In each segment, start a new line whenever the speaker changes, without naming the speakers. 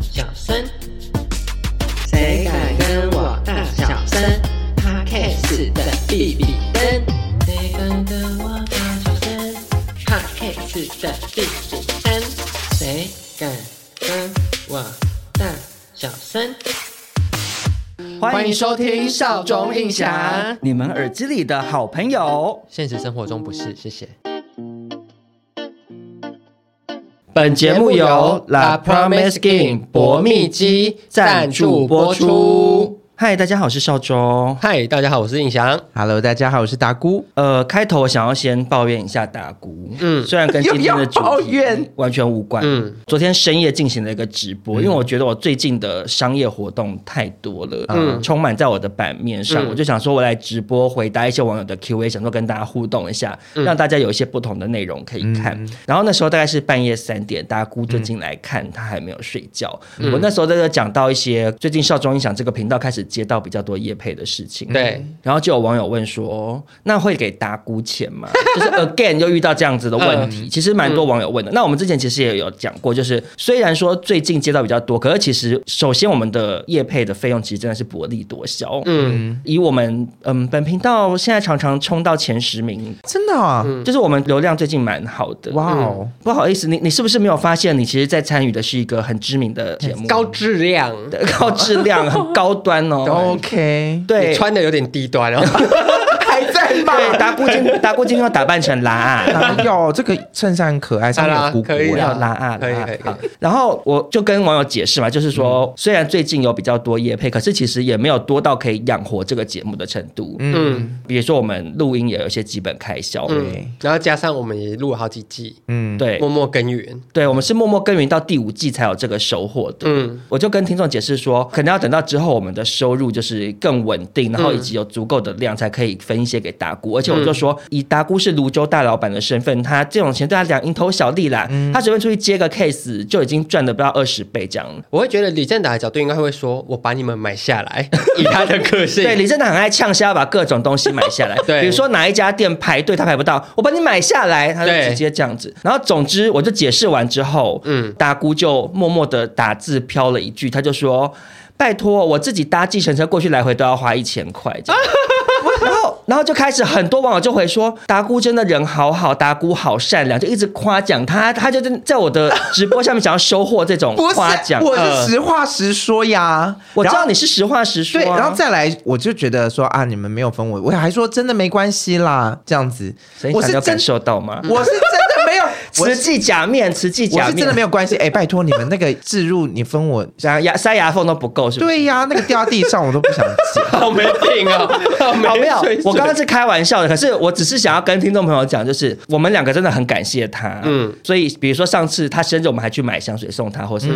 小声？谁敢跟我大小声 p o d c 的比比登，谁敢跟我大小声 p o d c 的比比登，谁敢跟我大小声？
欢迎
收听
少
中印象
你们耳机里的好朋友。
现实生活中不是，谢谢。
本节目由 La
La
Promise
Promise
Skin
Skin
薄
薄
蜜
蜜
肌
肌
赞
赞
助
助
播
播
出
出。
嗨，大家好，我是少中。
嗨，大家好，我是印翔。
Hello，大家好，我是达姑。
呃，开头我想要先抱怨一下达姑，嗯，
嗯
虽然跟今天的主
又要抱
题
怨
完全无关，嗯
嗯，
昨天深夜进行了一个直播，因为我觉得我最近的商业活动太多了，嗯，充满在我的版面上，
嗯
我就想说我来直播回答一些网友的 Q&A，想说跟大家互动一下，让大家有一些不同的内容可以看。然后那时候大概是半夜三点，达姑就进来看，她还没有睡觉。我那时候在这讲到一些最近少中音响这个频道开始接到比较多业配的事情，
对，
然后就有网友问说，那会给打鼓钱吗？ 就是 again 又遇到这样子的问题，其实蛮多网友问的。那我们之前其实也有讲过，就是虽然说最近接到比较多，可是其实首先我们的业配的费用其实真的是薄利多销。
嗯，
以我们嗯本频道现在常常冲到前十名，
真的啊？
就是我们流量最近蛮好的。
哇哦！
不好意思，你你是不是没有发现，你其实在参与的是一个很知名的节目，
高质量，
高质量、很高端 哦。
OK，
对
你，穿的有点低端 哦。
还在吗？
对，达姑今达姑今天要打扮成蓝啊。
哪有这个衬衫很可爱，上面有姑姑
好啦可以
要
啦
呀。
拉啊，
可以
拉啊
可以嗯可以
好然后我就跟网友解释嘛，就是说，虽然最近有比较多业配，可是其实也没有多到可以养活这个节目的程度。
嗯
比如说我们录音也有一些基本开销，
嗯，然后加上我们也录了好几季，
嗯，
对
默默耕耘。
对，我们是默默耕耘到第五季才有这个收获的。
嗯
我就跟听众解释说，可能要等到之后我们的收入就是更稳定，然后以及有足够的量才可以分一些给达姑。而且我就说，以达姑是泸州大老板的身份，他这种钱对他两蝇头小利啦，他随便出去接个 case 就已经赚了不到二十倍这样。
我会觉得李正达的角度应该会说：“我把你们买下 来。”以他的个性，
对，李正达很爱呛，是要把各种东西买 下来。
对
比如说哪一家店排队他排不到，我把你买下来，他就
对
直接这样子。然后总之我就解释完之后，嗯，大姑就默默的打字飘了一句，他就说：“拜托，我自己搭计程车过去来回都要花一千块。”这样。 然后，然后就开始很多网友就回说，达姑真的人好好，达姑好善良，就一直夸奖他。他就在在我的直播下面想要收获这种
不是
夸奖，。
我
呃
是实话实说呀。
我知
然
道
后
你是实话实说啊、
对，然后再来，我就觉得说啊，你们没有分我，我还说真的没关系啦，这样子
所以。
我
你
是
想要
真
感，受到吗？
我是真的没 有，我
慈济假面，慈济
我
假
是真的
面，
没有 关系。哎，拜托你们那个置入，你分我。
然后牙塞牙缝都不够，是不是？
对呀，那个掉到地上我都不想 捡。
好没品哦，好
好，没
没
有
水，准
我刚刚是开玩笑的，可是我只是想要跟听众朋友讲，就是我们两个真的很感谢他，嗯
嗯，
所以比如说上次他生日，我们还去买香水送他，或是，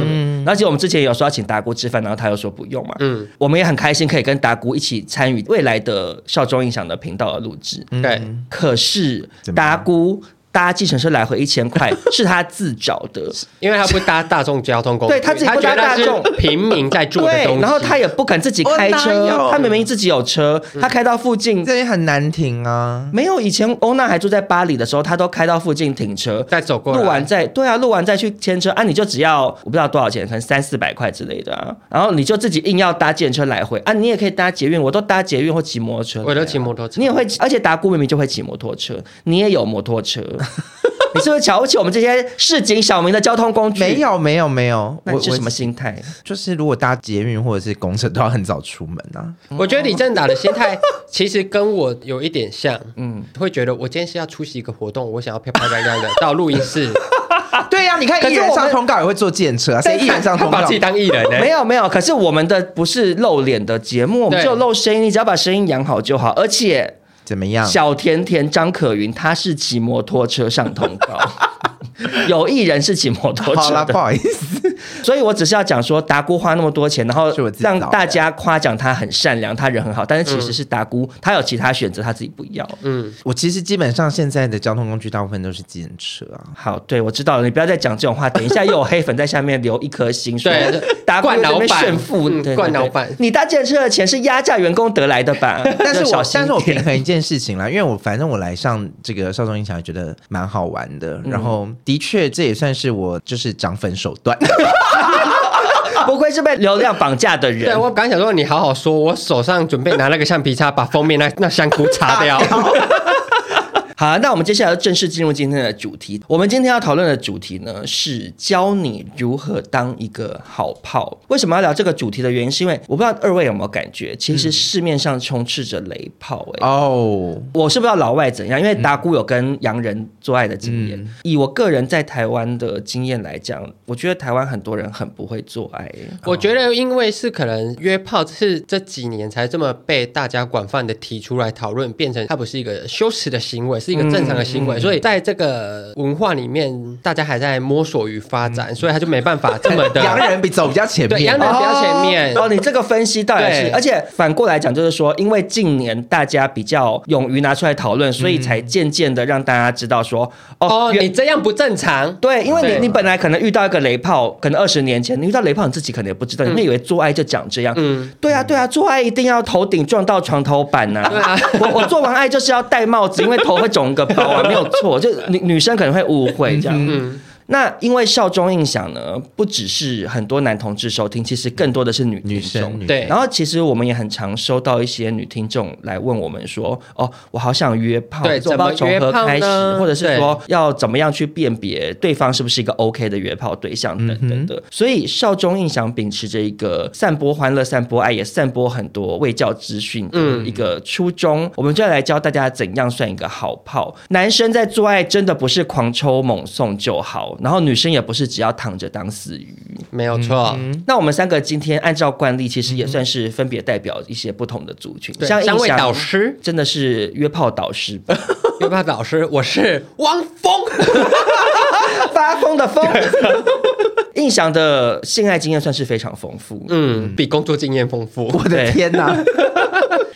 而且我们之前有说要请达姑吃饭，然后他又说不用嘛，嗯
嗯，
我们也很开心可以跟达姑一起参与未来的少中印象的频道的录制，
对
可是
怎么样
达姑搭计程车来回一千块是他自找的，
因为他不搭大众交通工具，
对他自己不搭
他觉得
大
那是平民在住的
对
东西，，
然后他也不肯自己
我
开
哪
车，
有
他明明自己有车，
嗯
他开到附近。
这也很难停啊。
没有，以前欧娜还住在巴黎的时候，他都开到附近停车，
再走过来
录完再对啊，录完再去牵车啊，你就只要我不知道多少钱，可能三四百块之类的啊，然后你就自己硬要搭电车来回啊，你也可以搭捷运，我都搭捷运或骑摩托车，
我都骑摩托车，
啊你也会，而且达姑明明就会骑摩托车，你也有摩托 车，你是不是瞧不起我们这些市井小民的交通工具？
没，有没有没有，
那
我
你是
我
什么心态？
就是如果搭捷运或者是公车都要很早出门啊。
我觉得李正达的心 态其实跟我有一点像，嗯，会觉得我今天是要出席一个活动，我想要漂漂亮亮的到录音室，
对呀、你看
啊可是
艺人
我们
上通告也会坐电车啊，谁艺人上
他
通告
把自己当艺人
欸
呢、
没有没有，可是我们的不是露脸的节目，我们
对
就露声音，你只要把声音养好就好。而且
怎么样？
小甜甜张可云她是骑 摩托车上通告，有艺人是骑摩托
好
车
啦，不
的，
好意思，
所以我只是要讲说，达姑花那么多钱，然后
是我自己
让
找的嗯
大家夸奖她很善良，她人很好，但是其实是达姑，她有其他选择，她自己不要。
嗯，
我其实基本上现在的交通工具大部分都是计程车啊。
好，对我知道了，你不要再讲这种话。等一下又有黑粉在下面留一颗心，说
对
达姑
惯
在那边
老板
炫富，
嗯
对对
惯
对
老板
你搭建车的钱是压榨员工得来的吧？
但是
要小
我
心
但
一
是我
点
平衡一件事情啦，因为我反正我来上这个少中音响，觉得蛮好玩的。
嗯
然后的确，这也算是我就是涨粉手 段。
不愧是被流量绑架的
对
人。
我刚想说你好好说，我手上准备拿那个橡皮擦把封面那 那香菇擦掉。
好，啊那我们接下来正式进入今天的主题。我们今天要讨论的主题呢是教你如何当一个好炮。为什么要聊这个主题的原因，是因为我不知道二位有没有感觉，其实市面上充斥着雷炮、欸，
嗯哦，
我是不知道老外怎样，因为
嗯
达姑有跟洋人做爱的经验。以我个人在台湾的经验来讲，我觉得台湾很多人很不会做爱。
我觉得，因为是可能约炮是这几年才这么被大家广泛的提出来讨论，变成它不是一个羞耻的行为，是一个正常的行为。所以在这个文化里面，大家还在摸索与发展，所以他就没办法这么 的
洋人比走比较前面，
对洋人比较前面。
哦，你这个分析倒也是
对，
而且反过来讲，就是说，因为近年大家比较勇于拿出来讨论，所以才渐渐的让大家知道说，哦，
嗯哦，
原
你这样不正常。
对，因为
对
你你本来可能遇到一个雷炮，可能二十年前你遇到雷炮，你自己可能也不知道，你会以为做爱就讲这样。嗯，对啊，对啊，做爱一定要头顶撞到床头板呐、
对啊，
我我做完爱就是要戴帽子，因为头会肿个包啊，没有错。就女女生可能会误会这样。
嗯，
那因为效忠印象呢，不只是很多男同志收听，其实更多的是女
女
听众
生，女
对
然后其实我们也很常收到一些女听众来问我们说，哦，我好想约炮，
对
可是我不知道
怎
从
么
何
约炮呢
开始，或者是
对
说要怎么样去辨别对方是不是一个 OK 的约炮对象等等
嗯
的。所以少中印象秉持着一个散播欢乐、散播爱，也散播很多卫教资讯的一个初衷，我们就要来教大家怎样算一个好炮。男生在做爱真的不是狂抽猛送就好，然后女生也不是只要躺着当死鱼。
没有错。
那我们三个今天按照惯例，其实也算是分别代表一些不同的族群，
对，
像
三位
印象
导师，
真的是约炮导 师，
约炮导师，我是汪峰。
发疯的疯。 印象的性爱经验算是非常丰富，
嗯， 比工作经验丰富。
我的天 哪，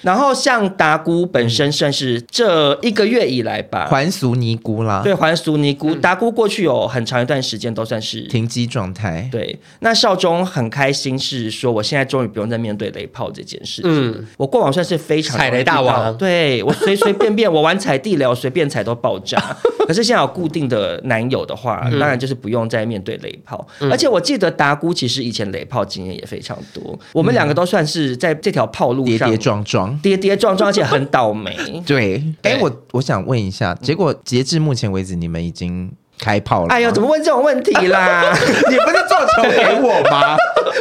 然后像达姑本身算是这一个月以来吧，
还俗尼姑啦，
对还俗尼
嗯
姑，达姑过去有很长一段时间都算是
停机状态。
对，那少中很开心，是说我现在终于不用再面对雷炮这件事情。
嗯
我过往算是非常
踩雷
容易
大
遇到
王
对我随随便便我玩踩地雷，我随便踩都爆 炸。可是现在有固定的男友的话，
嗯
当然就是不用再面对雷炮。而且我记得达姑其实以前雷炮经验也非常多，我们两
嗯
个都算是在这条炮路
跌
上
跌撞撞。。
跌跌撞撞，而且很倒霉
对，哎，
对
我我想问一下，结果截至目前为止，你们已经开炮了
嗯
吗？
哎呦，怎么 问这种问题啦？
你不是做球给我 吗？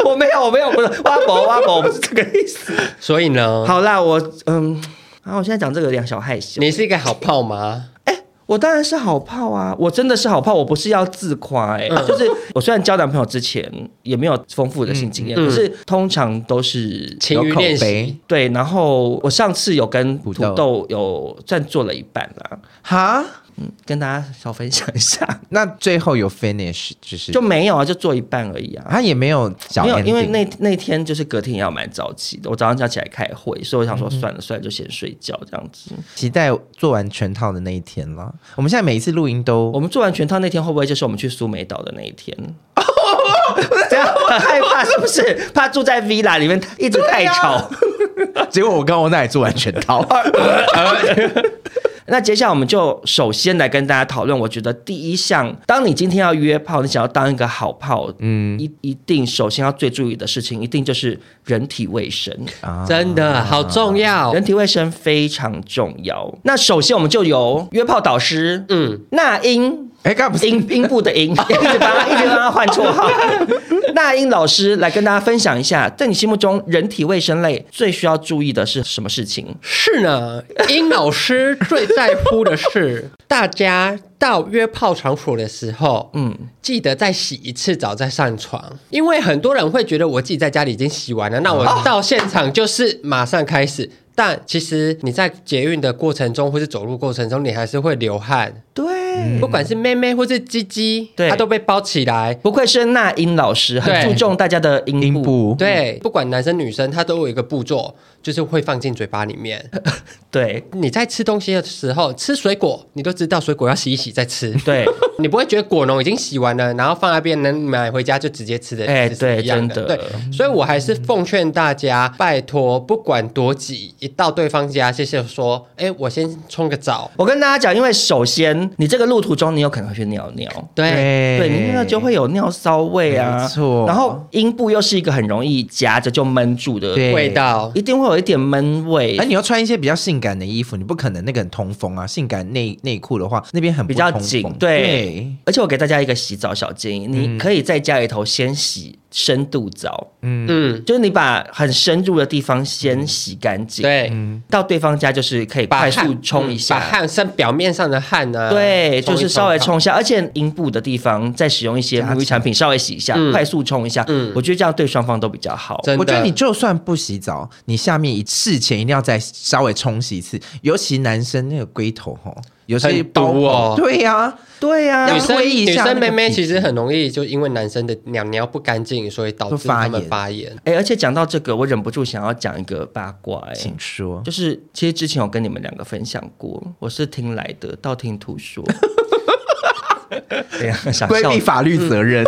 我没有，我没有，不是挖宝挖宝，不是这个意思。
所以呢，
好啦，我嗯，啊，我现在讲这个有点小害羞。
你是一个好炮吗？
我当然是好炮啊，我真的是好炮，我不是要自夸哎、就是我虽然交男朋友之前也没有丰富的性经验，
嗯嗯
可是通常都是
勤于
有口
练习
碑。
对。然后我上次有跟土
土
豆有算做了一半啦，嗯
哈，
跟大家小分享一下，
那最后有 finish 就是
就没有啊，就做一半而已啊。
他也没有小
没有，
ending，
因为那那天就是隔天也要蛮早起的，我早上就要起来开会，所以我想说算了算了，就先睡觉这样子。
期待做完全套的那一天了。我们现在每一次录音
我
都，
们做完全套那天，会不会就是我们去苏梅岛的那一天？ 这样很害怕是不是？怕住在 villa 里面一直太吵。
结果我跟欧娜也做完全 套。
那接下来我们就首先来跟大家讨论，我觉得第一项，当你今天要约炮，你想要当一个好炮，嗯，一一定首先要最注意的事情，一定就是人体卫生。
啊
真的好重要。
人体卫生非常重要。那首先我们就由约炮导师，嗯，那英
哎，刚刚不是
英英部的哦英，一 直帮他一直帮他换绰 号。那英老师来跟大家分享一下，在你心目中人体卫生类最需要注意的是什么事情？
是呢，殷老师最在乎的是大家到约炮场所的时候，嗯，记得再洗一次澡再上床，因为很多人会觉得我自己在家里已经洗完了，那我到现场就是马上开始。但其实你在捷运的过程中，或是走路过程中，你还是会流汗，
对对
嗯
不
不管是妹妹或是鸡鸡，
对
它都被包起来。
不愧是那英老师，很
对
注重大家的音
阴
部。
部，
对，不管男生女生，它都有一个步骤，就是会放进嘴巴里面。
对
你在吃东西的时候，吃水果，你都知道水果要洗一洗再吃，
对，
你不会觉得果农已经洗完了，然后放在那边能买回家就直接吃的，
哎
其实是一样
对真的
对，所以我还是奉劝大家，拜托，不管多挤，一到对方家，谢谢说，哎，我先冲个澡，
我跟大家讲，因为首先你这个路途中，你有可能会去尿尿。
对，
对，你那就会有尿骚味啊，
没错
然后阴部又是一个很容易夹着就闷住的，
对啊
味道，
一定会有一点闷味
哎而。你要穿一些比较性感的衣服，你不可能那个很通风啊。性感内内裤的话，那边很不
比较
通风
紧对而且我给大家一个洗澡小建议，你可以在家里头先洗深度澡，
嗯，
就是你把很深入的地方先洗干净，，
对，
到对方家就是可以嗯
把
快速
汗
冲一
嗯
下
把。汗身表面上的汗呢、
对，
冲啊
就
一
是稍微
冲
冲一下，而且阴部的地方再使用一些沐浴产品稍微洗一下，
嗯
快速冲一下，
嗯
我觉得这样对双方都比较好。
真的
我觉得你就算不洗澡，你下面一事前一定要再稍微冲洗一次，尤其男生那个龟头吼，有些
很毒哦
包对呀、
对呀、
要
女生
推一
女
下那
生
个
妹妹
皮
其实
肤
很容易就因为男生的尿尿不干净，所以导
会
致
发
他们
炎
发炎。
哎、而且讲到这个，我忍不住想要讲一个八卦、哎
请，说。
嗯
就是其实之前有跟你们两个分享过，我是听来的，道听途 说。对呀，想
规
笑
避法律责任，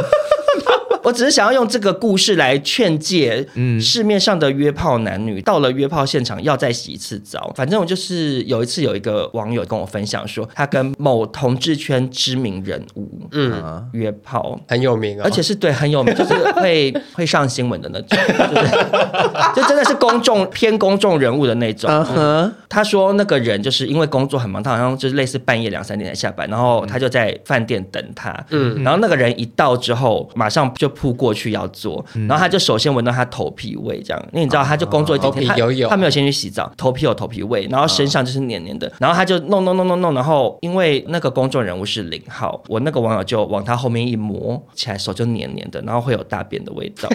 我只是想要用这个故事来劝诫，市面上的约炮男女到了约炮现场要再洗一次澡。反正我就是有一次有一个网友跟我分享说，他跟某同志圈知名人物
嗯，
约炮。
很有名哦，
而且是对很有名，就是会 会上新闻的那种，就是就真的是公众偏公众人物的那种。
嗯哼，
他说那个人就是因为工作很忙，他好像就是类似半夜两三点才下班，然后他就在饭店等他。嗯，然后那个人一到之后，马上就扑过去要做，然后他就首先闻到他头皮味，这样，因为你知道他就工作几
头皮
天，他
油油
他没有先去洗澡，头皮有头皮味，然后身上就是黏黏的，然后他就弄弄弄弄弄，然后因为那个公众人物是零号，我那个网友就往他后面一摸起来，手就黏黏的，然后会有大便的味道。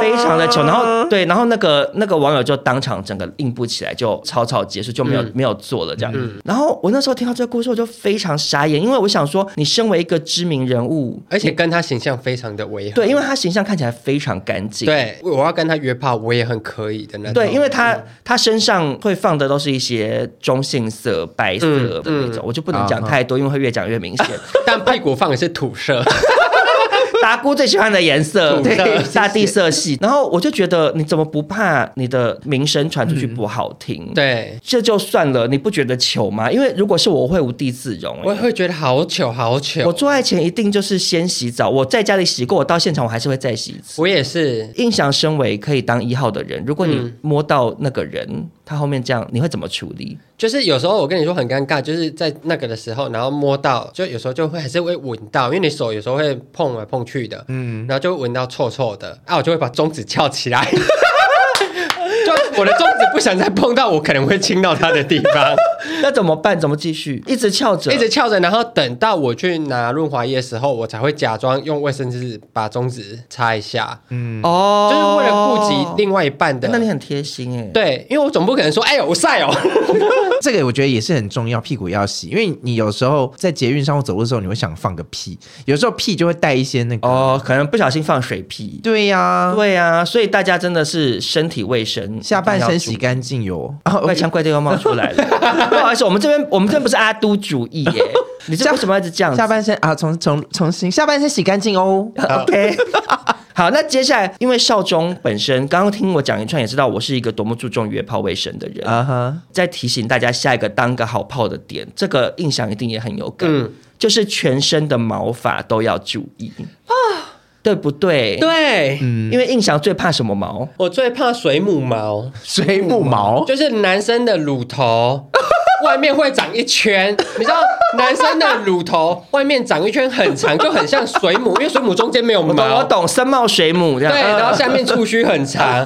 非常的糗，然
啊
后对，然后那个那个网友就当场整个硬不起来，就草草结束，就没有、
嗯
没有做了这样。然后我那时候听到这个故事，我就非常傻眼，因为我想说，你身为一个知名人物，
而且跟他形象非常的违和。
对，因为他形象看起来非常干净，
对，我要跟他约炮，我也很可以的那种。
对，因为他、他身上会放的都是一些中性色、白色
嗯
的那种，我就不能讲太多，因为会越讲越明显。
但屁股放的是土色，
达姑最喜欢的颜色，
土色
对
谢，谢
大地色系。然后我就觉得，你怎么不怕你的名声传出
嗯
去不好听？ 对。
对，
这就算了，你不觉得糗吗？因为如果是我，我会无地自容、
我
欸。
会觉得好糗，好
我
糗。
做爱前一定就是先洗澡，我在家里洗过，我到现场我还是会再洗一次。
我也是，
印象身为可以当一号的人，如果你摸到那个人，他后面这样，你会怎么处理？
就是有时候我跟你说很尴尬，就是在那个的时候，然后摸到，就有时候就会还是会闻到，因为你手有时候会碰来碰去的，嗯，然后就会闻到臭臭的，啊，我就会把中指翘起来， 就我的中指不想再碰到我可能会亲到他的地方，
那怎么办？怎么继续？一直翘着，
一直翘着，然后等到我去拿润滑液的时候，我才会假装用卫生纸把中指擦一下，
哦，
就是为了顾及另外一半的。
那你很贴心哎、欸。
对，因为我总不可能说，哎呦，我晒 哦，
这个我觉得也是很重要，屁股要洗，因为你有时候在捷运上或走路的时候，你会想放个屁，有时候屁就会带一些那个，
哦，可能不小心放水屁。
对呀、
对啊，所以大家真的是身体卫生，
下半身洗
干。
干净哟。
啊
怪腔怪调又冒出来 了。不好意思，我们这边我们这边不是阿都主义耶，你这为什么要一直这样子
下半身啊，重重重新，下半身洗干净 哦。
？OK。好，那接下来，因为少中本身刚刚听我讲一串，也知道我是一个多么注重约炮卫生的人。
啊哈，
再提醒大家下一个当个好炮的点，这个印象一定也很有感，
嗯
就是全身的毛发都要注意啊，对不对？，
对，
因为印象最怕什么毛？
我最怕水母毛。
水母毛，
就是男生的乳头外面会长一圈，你知道男生的乳头外面长一圈很长，就很像水母，因为水母中间没 有
我懂，我
毛。
懂，深茂水母这样。
对，然后下面触须很长，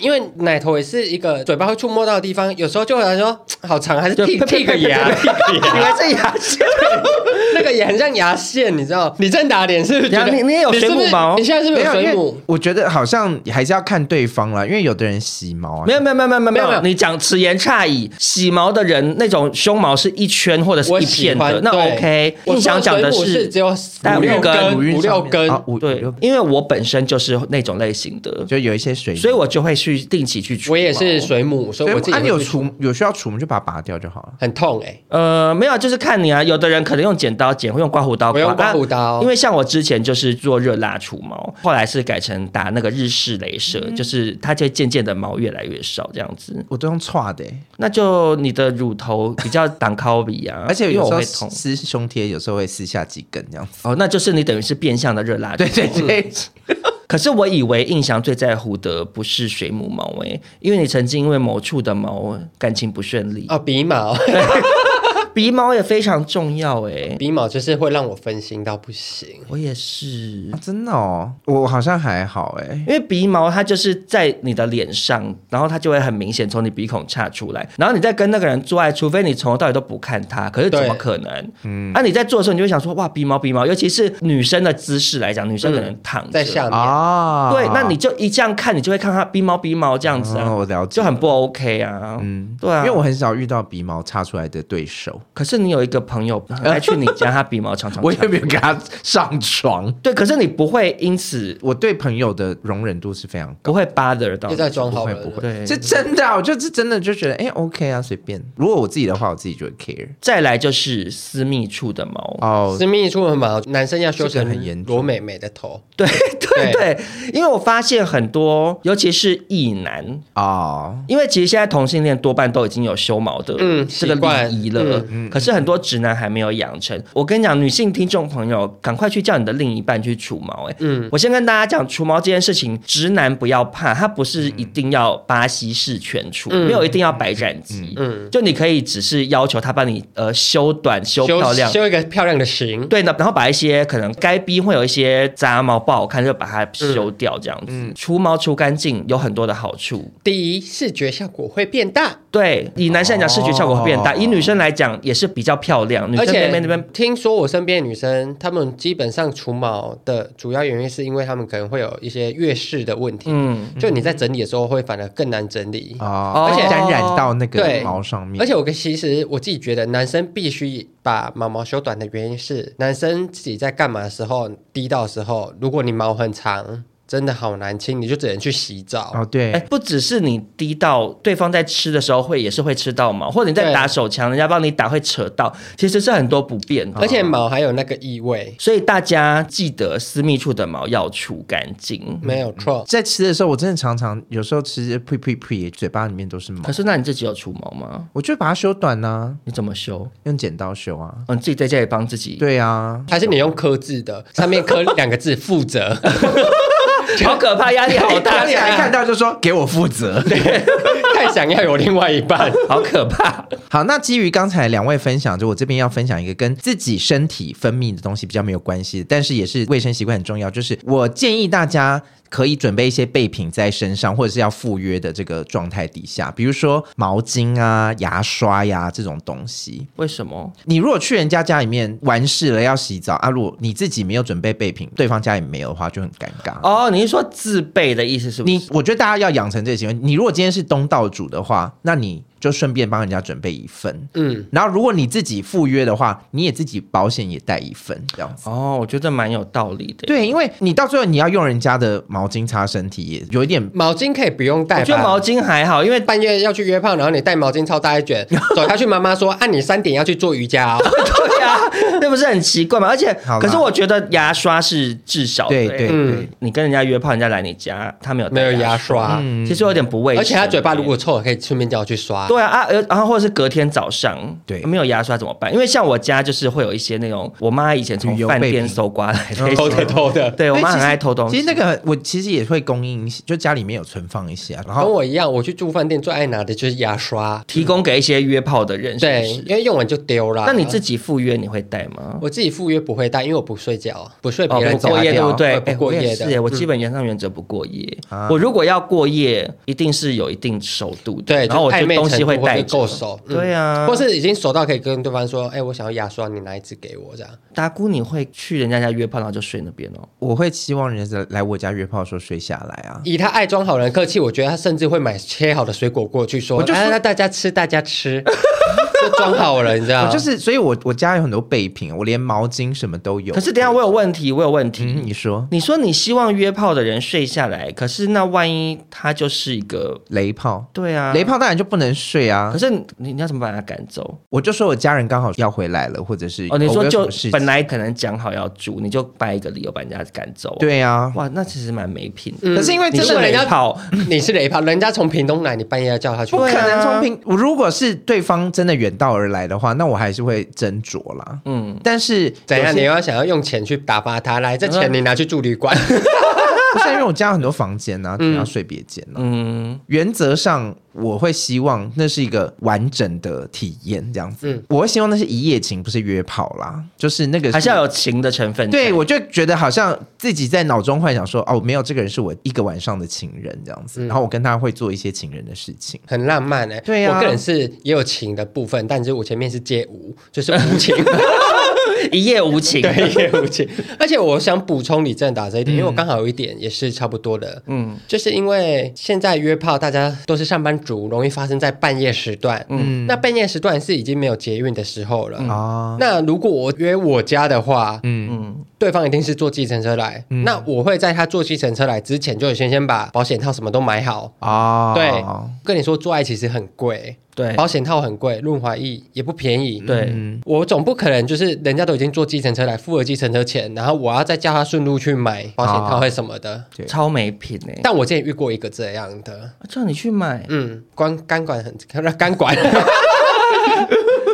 因为奶头也是一个嘴巴会触摸到的地 方，有时候就会来说好长，还是
就
剔
呸呸
剔个
呸呸
牙，
呸
剔个
以
牙，
为是牙齿，
那个也很像牙线，你知道？李正达脸是觉
等一
得
下你你也有水母
是不是
毛
你现在是不
没
是
有，因
水
为
母？
我觉得好像还是要看对方啦，因为有的人洗毛啊，
没有没有没有没有没有
没有没有
你讲此言差矣。洗毛的人那种胸毛是一圈或者是
我
一
喜
片的
欢，
那
对
OK。
我
印
说
象讲的
水母是只有
大概
五六
五根
根，五六根。
啊，五
对
五六，
因为我本身就是那种类型的，
就有一些水，
所以我就会去定期去除毛。
我也是水母，所
所
以
以
我自己
啊，
会
你有
去
除有需要除，我们就把它拔掉就好了。
很痛哎、
呃，没有，就是看你啊。有的人可能用剪刀剪，会用刮胡刀
我
刮。
用刮胡刀
啊因为像我之前就是做热蜡除毛，后来是改成打那个日式镭射，
嗯
就是它就渐渐的毛越来越少这样子。
我都用搓的欸、，
那就你的乳头比较挡 靠比啊
而且
因为
有
我
时候
会痛。
撕胸贴，有时候会撕下几根这样子。
哦，那就是你等于是变相的热蜡。
对对对，
可是我以为印象最在乎的不是水母毛诶、因为你曾经因为某处的毛感情不顺利，啊
哦，鼻毛，
鼻毛也非常重要诶、
鼻毛就是会让我分心到不行。
我也是
啊，真的哦，我好像还好哎、
因为鼻毛它就是在你的脸上，然后它就会很明显从你鼻孔岔出来。然后你在跟那个人做爱，除非你从头到尾都不看他，可是怎么
对
可能？嗯，啊，你在做的时候，你就会想说，哇，鼻毛鼻毛，尤其是女生的姿势来讲，女生可能躺着、
在下面，
啊，
对，那你就一这样看，你就会看他鼻毛鼻毛这样子啊，
哦我了解
就很不 OK 啊。嗯，对啊，
因为我很少遇到鼻毛插出来的对手，
可是你有一个朋友很 爱去你家，他鼻毛常常
我也
长
没有给他上床。
对，可是你不会因此
我对朋友的容忍度是非常
不
高，
会 bother 到
又，在装好了，
不会不
对
对，
是真的啊、我就是真的就觉得，哎、o k 啊，随便。如果我自己的话，我自己就会 care。
再来就是私密处的毛
哦，
私密处的毛，男生要修
这
成
个很严重
罗美美的头，
对对对，因为我发现很多，尤其是异男，
哦，
因为其实现在同性恋多半都已经有修毛的
嗯
这个
习惯嗯
礼仪了，可是很多直男还没有养成。我跟你讲，女性听众朋友，赶快去叫你的另一半去除毛、欸。嗯，我先跟大家讲，除毛这件事情，直男不要怕，他不是一定要巴西式全除，
嗯
没有一定要白斩鸡，嗯，就你可以只是要求他帮你呃修短、修漂亮、
嗯修一个漂亮的型。
对呢，然后把一些可能该逼会有一些杂毛不好看，就把它
嗯
修掉，这样子、除毛除干净有很多的好处。
第一，视觉效果会变大，
对，以男生来讲视觉效果会变大，
哦
以女生来讲也是比较漂亮。女
而
生
且
那边那边
听说我身边的女生，她们基本上除毛的主要原因是因为她们可能会有一些月事的问题，
嗯，啊
就你在整理的时候会反而更难整理。
哦，
而且
沾染到那个
对
毛上面，
而且我跟其实我自己觉得，男生必须把毛毛修短的原因是，男生自己在干嘛的时候，滴到的时候，如果你毛很长，真的好难清，你就只能去洗澡。
哦，对，
哎，不只是你滴到对方在吃的时候会也是会吃到毛，或者你在
对
打手枪，人家帮你打会扯到，其实是很多不便的。
而且毛还有那个异味，
所以大家记得私密处的毛要除干净。
没有错。
在吃的时候，我真的常常有时候吃呸呸呸，嘴巴里面都是毛
可，是那你自己有除毛吗？
我就把它修短呢、
你怎么修？
用剪刀修啊。
嗯、你自己在家里帮自己
对啊，
还是你用刻字的，上面刻两个字“负责
好可怕，压力好
大
哦 大，
啊
啊
家哎还看到就说给我负责。对，”，
太想要有另外一半。
好可怕。
好，那基于刚才两位分享，就我这边要分享一个跟自己身体分泌的东西比较没有关系，但是也是卫生习惯很重要。就是我建议大家可以准备一些备品在身上，或者是要赴约的这个状态底下，比如说毛巾啊、牙刷呀、这种东西。
为什么？
你如果去人家家里面完事了要洗澡啊，如果你自己没有准备备品，对方家里没有的话就很尴尬。
哦，你是说自备的意思是不是？
你我觉得大家要养成这个习惯。你如果今天是东道主的话，那你就顺便帮人家准备一份。
嗯，
然后如果你自己赴约的话，你也自己保险也带一份这样子。
哦，我觉得蛮有道理的。，
对，因为你到最后你要用人家的毛巾擦身体，也有一点
毛巾可以不用带
我觉得
吧？
毛巾还好，因为
半夜要去约炮，然后你带毛巾超大一 卷，走下去，妈妈说：“啊，你三点要去做瑜伽、哦。
对 呀、那不是很奇怪吗？而且
好，啦
可是我觉得牙刷是至少的
对
欸
对
嗯
对，
你跟人家约炮，人家来你家，他没有”带
没有牙
刷，嗯
刷，
其实有点不卫生。
而且他嘴巴如果臭，可以顺便叫我去刷。
对啊啊，呃然后或者是隔天早上，
对
没有牙刷怎么办？因为像我家就是会有一些那种，我妈以前从
旅游
饭
备
店
品哦
搜刮来的，
偷的偷的，
对我妈
所以其
很
实
爱偷东西。
其实那个我其实也会供应一些，就家里面有存放一些、啊，然
跟
哦
后
我一样，我去住饭店最爱拿的就是牙刷，
提供给一些约炮的人，
对，
是不是
因为用完就丢啦。
那你自己赴约你会带吗？
我自己赴约不会带，因为我不睡觉，不睡
哦
别，人
不
家
过夜对
掉
不对？
不
哎
过
我也
夜
是
的。
耶，我基本原上原则不过夜
啊。
我如果要过夜，一定是有一定熟度的，
对
然后我
就
就
暧昧
东西西会
不会
带
被
着
够熟，嗯
对啊
或是已经熟到可以跟对方说，哎，我想要牙刷，你拿一支给我这样。
达姑，你会去人家家约炮，然后就睡那边哦？
我会期望人家来我家约炮的时候睡下来啊。
以他爱装好人的客气，我觉得他甚至会买切好的水果过去说，
我就说
哎那大家吃，大家吃， 就装好人，你知
啊
道
我
吗？
就是，所以我我家有很多备品，我连毛巾什么都有。
可是等一下我有问题，我有问题。
嗯，你说
你说你希望约炮的人睡下来，可是那万一他就是一个
雷炮，
对啊
雷，炮当然就不能睡啊
可。是你你要怎么把他赶走？
我就说我家人刚好要回来了，或者是
哦，你
偶
说
尔有什
就
么事情
本来可能讲好要住，你就掰一个理由把人家赶走、，
对啊，
哇，那其实蛮没品的。
嗯
可是因为
你
真
是
的
人家
雷炮，
你是雷炮，人家从屏东来，你半夜要叫他去
不可
看，
啊
能从平，我如果是对方真的远道而来的话，那我还是会斟酌啦。
嗯，
但是
怎
有
样？
些
你又要想要用钱去打发他，来，这钱你拿去住旅馆。
不是因为我家有很多房间呐、啊，你要睡别间呐、
嗯，
原则上我会希望那是一个完整的体验，这样子。我会希望那是一夜情，不是约炮啦，就是那个
嗯还是要有情的成分在。
对，我就觉得好像自己在脑中幻想说，哦，没有这个人是我一个晚上的情人这样子，
嗯
然后我跟他会做一些情人的事情。
很浪漫哎、
对啊
我个人是也有情的部分，但是我前面是接无，就是无情，
一夜无情。
对，也无情。而且我想补充李正达这一点，因为我刚好有一点也是差不多的，嗯，就是因为现在约炮大家都是上班族，容易发生在半夜时段，嗯，那半夜时段是已经没有捷运的时候了。哦
啊，
那如果我约我家的话，
嗯，
对方一定是坐计程车来。那我会在他坐计程车来之前，就先先把保险套什么都买好，
啊，
对，跟你说做爱其实很贵，
对
保险套很贵，润滑液也不便宜。
对
嗯
我总不可能就是人家都已经坐计程车来付了计程车钱，然后我要再叫他顺路去买保险套或什么的。
对
超没品哎、
但我之前遇过一个这样的，
叫你去买，
嗯，关肝管很 肝管，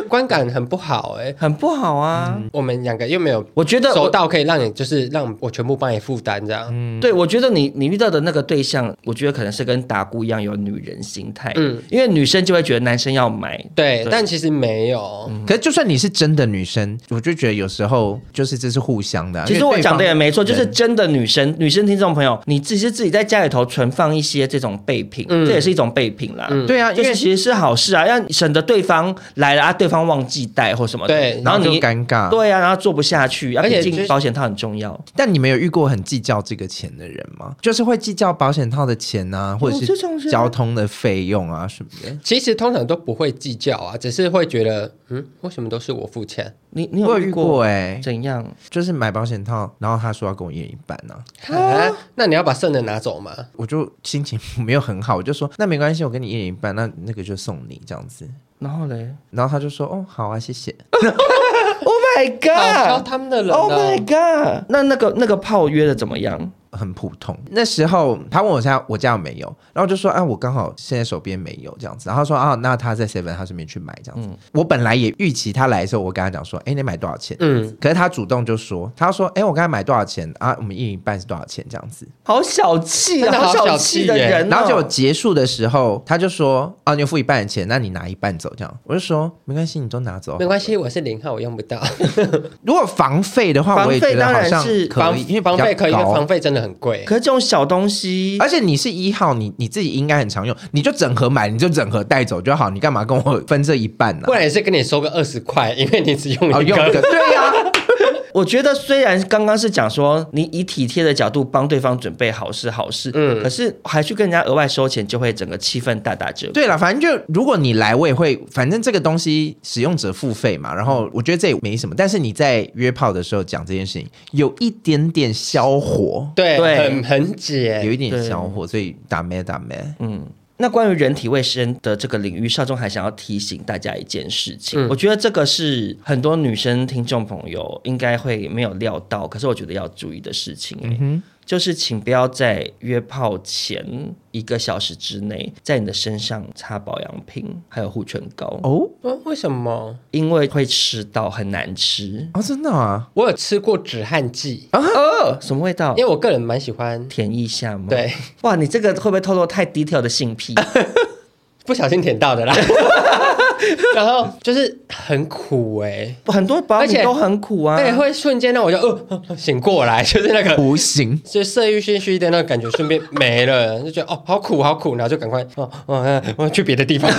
观感很不好哎、
很不好啊。
我们两个又没有
我觉得我
熟到可以让你就是让我全部帮你负担这样。
对，我觉得你你遇到的那个对象，我觉得可能是跟达姑一样有女人心态，嗯，因为女生就会觉得男生要买，
对，嗯但其实没有。
可是就算你是真的女生，我就觉得有时候就是这是互相的啊、
其实
因为
我
对
讲的
方
也没错，就是真的女生，女生听众朋友，你只是自己在家里头存放一些这种备品，这也是一种备品啦。
对啊，因
就
为
是其实是好事啊，让省得对方来了啊，对方忘记带或什么的，
对
然后
然后
你
就尴尬
对啊，然后做不下去，而
而且
且
就是
进保险套很重要，
但你们有遇过很计较这个钱的人吗？就是会计较保险套的钱啊，或者
哦这种
是
人
交通的费用啊什么的。
其实通常都不会计较啊，只是会觉得，嗯，为什么都是我付钱？
你你
我
有
有遇
过
过哎、
怎样？
就是买保险套，然后他说要跟我一人一半呢、啊，
啊，那你要把剩的拿走吗？
我就心情没有很好，我就说那没关系，我跟你一人一半，那那个就送你这样子。
然后嘞
然后他就说哦好啊，谢谢。
，Oh my
好
God！
挑他们的人、啊。
Oh my god！那那个那个炮约的怎么样？
很普通。那时候他问我家我家有没有，然后我就说啊，我刚好现在手边没有这样子。然后他说啊，那他在 seven 他顺便去买这
嗯
样子。我本来也预期他来的时候，我跟他讲说，哎，你买多少钱？
嗯，
可是他主动就说，他说，哎，我刚才买多少钱啊？我们一人一半是多少钱这样子？
好小气
真
啊，
的好
小
小
气
气
的
耶
人、哦
然后就结束的时候，他就说啊，你有付一半的钱，那你拿一半走这样。我就说没关系，你都拿走
没。关系，我是零号，我用不到。
如果房费的话，
房费
我也觉得好
当
像
然是
可
房
以，因为比较
房费可以，因为
高
房费真的很贵。
可是这种小东西，
而且你是一号，你你自己应该很常用，你就整盒买，你就整盒带走就好，你干嘛跟我分这一半呢、
不然也是跟你收个二十块，因为你只用一个。
哦，用一个 对呀、
我觉得虽然刚刚是讲说你以体贴的角度帮对方准备好是好事，嗯，可是还去跟人家额外收钱，就会整个气氛大打折扣。
对了，反正就如果你来，我也会，反正这个东西使用者付费嘛，然后我觉得这也没什么，但是你在约炮的时候讲这件事情，有一点点消火，
对，
对
很很
有
解。
一点消火，所以打咩打咩，
嗯那关于人体卫生的这个领域，少中还想要提醒大家一件事情，我觉得这个是很多女生听众朋友应该会没有料到，可是我觉得要注意的事情、欸，就是请不要在约炮前一个小时之内，在你的身上擦保养品还有护唇膏，
哦
哦，为什么？
因为会吃到很难吃。
哦，真的啊，
我有吃过止汗剂，
呃，什么味道
因为？我个人蛮喜欢，
舔一下吗？
对，
哇，你这个会不会透露太 detail 的性 癖？
不小心舔到 的啦。然后就是很苦哎、
很多保养品都很苦啊，
对，会瞬间让我就呃呃呃醒过来，就是那个
不行，
就色欲熏熏的那个感觉，哦
啊
顺便没了，就觉得哦，好苦，好苦，然后就赶快哦，哦，呃我要去别的地方。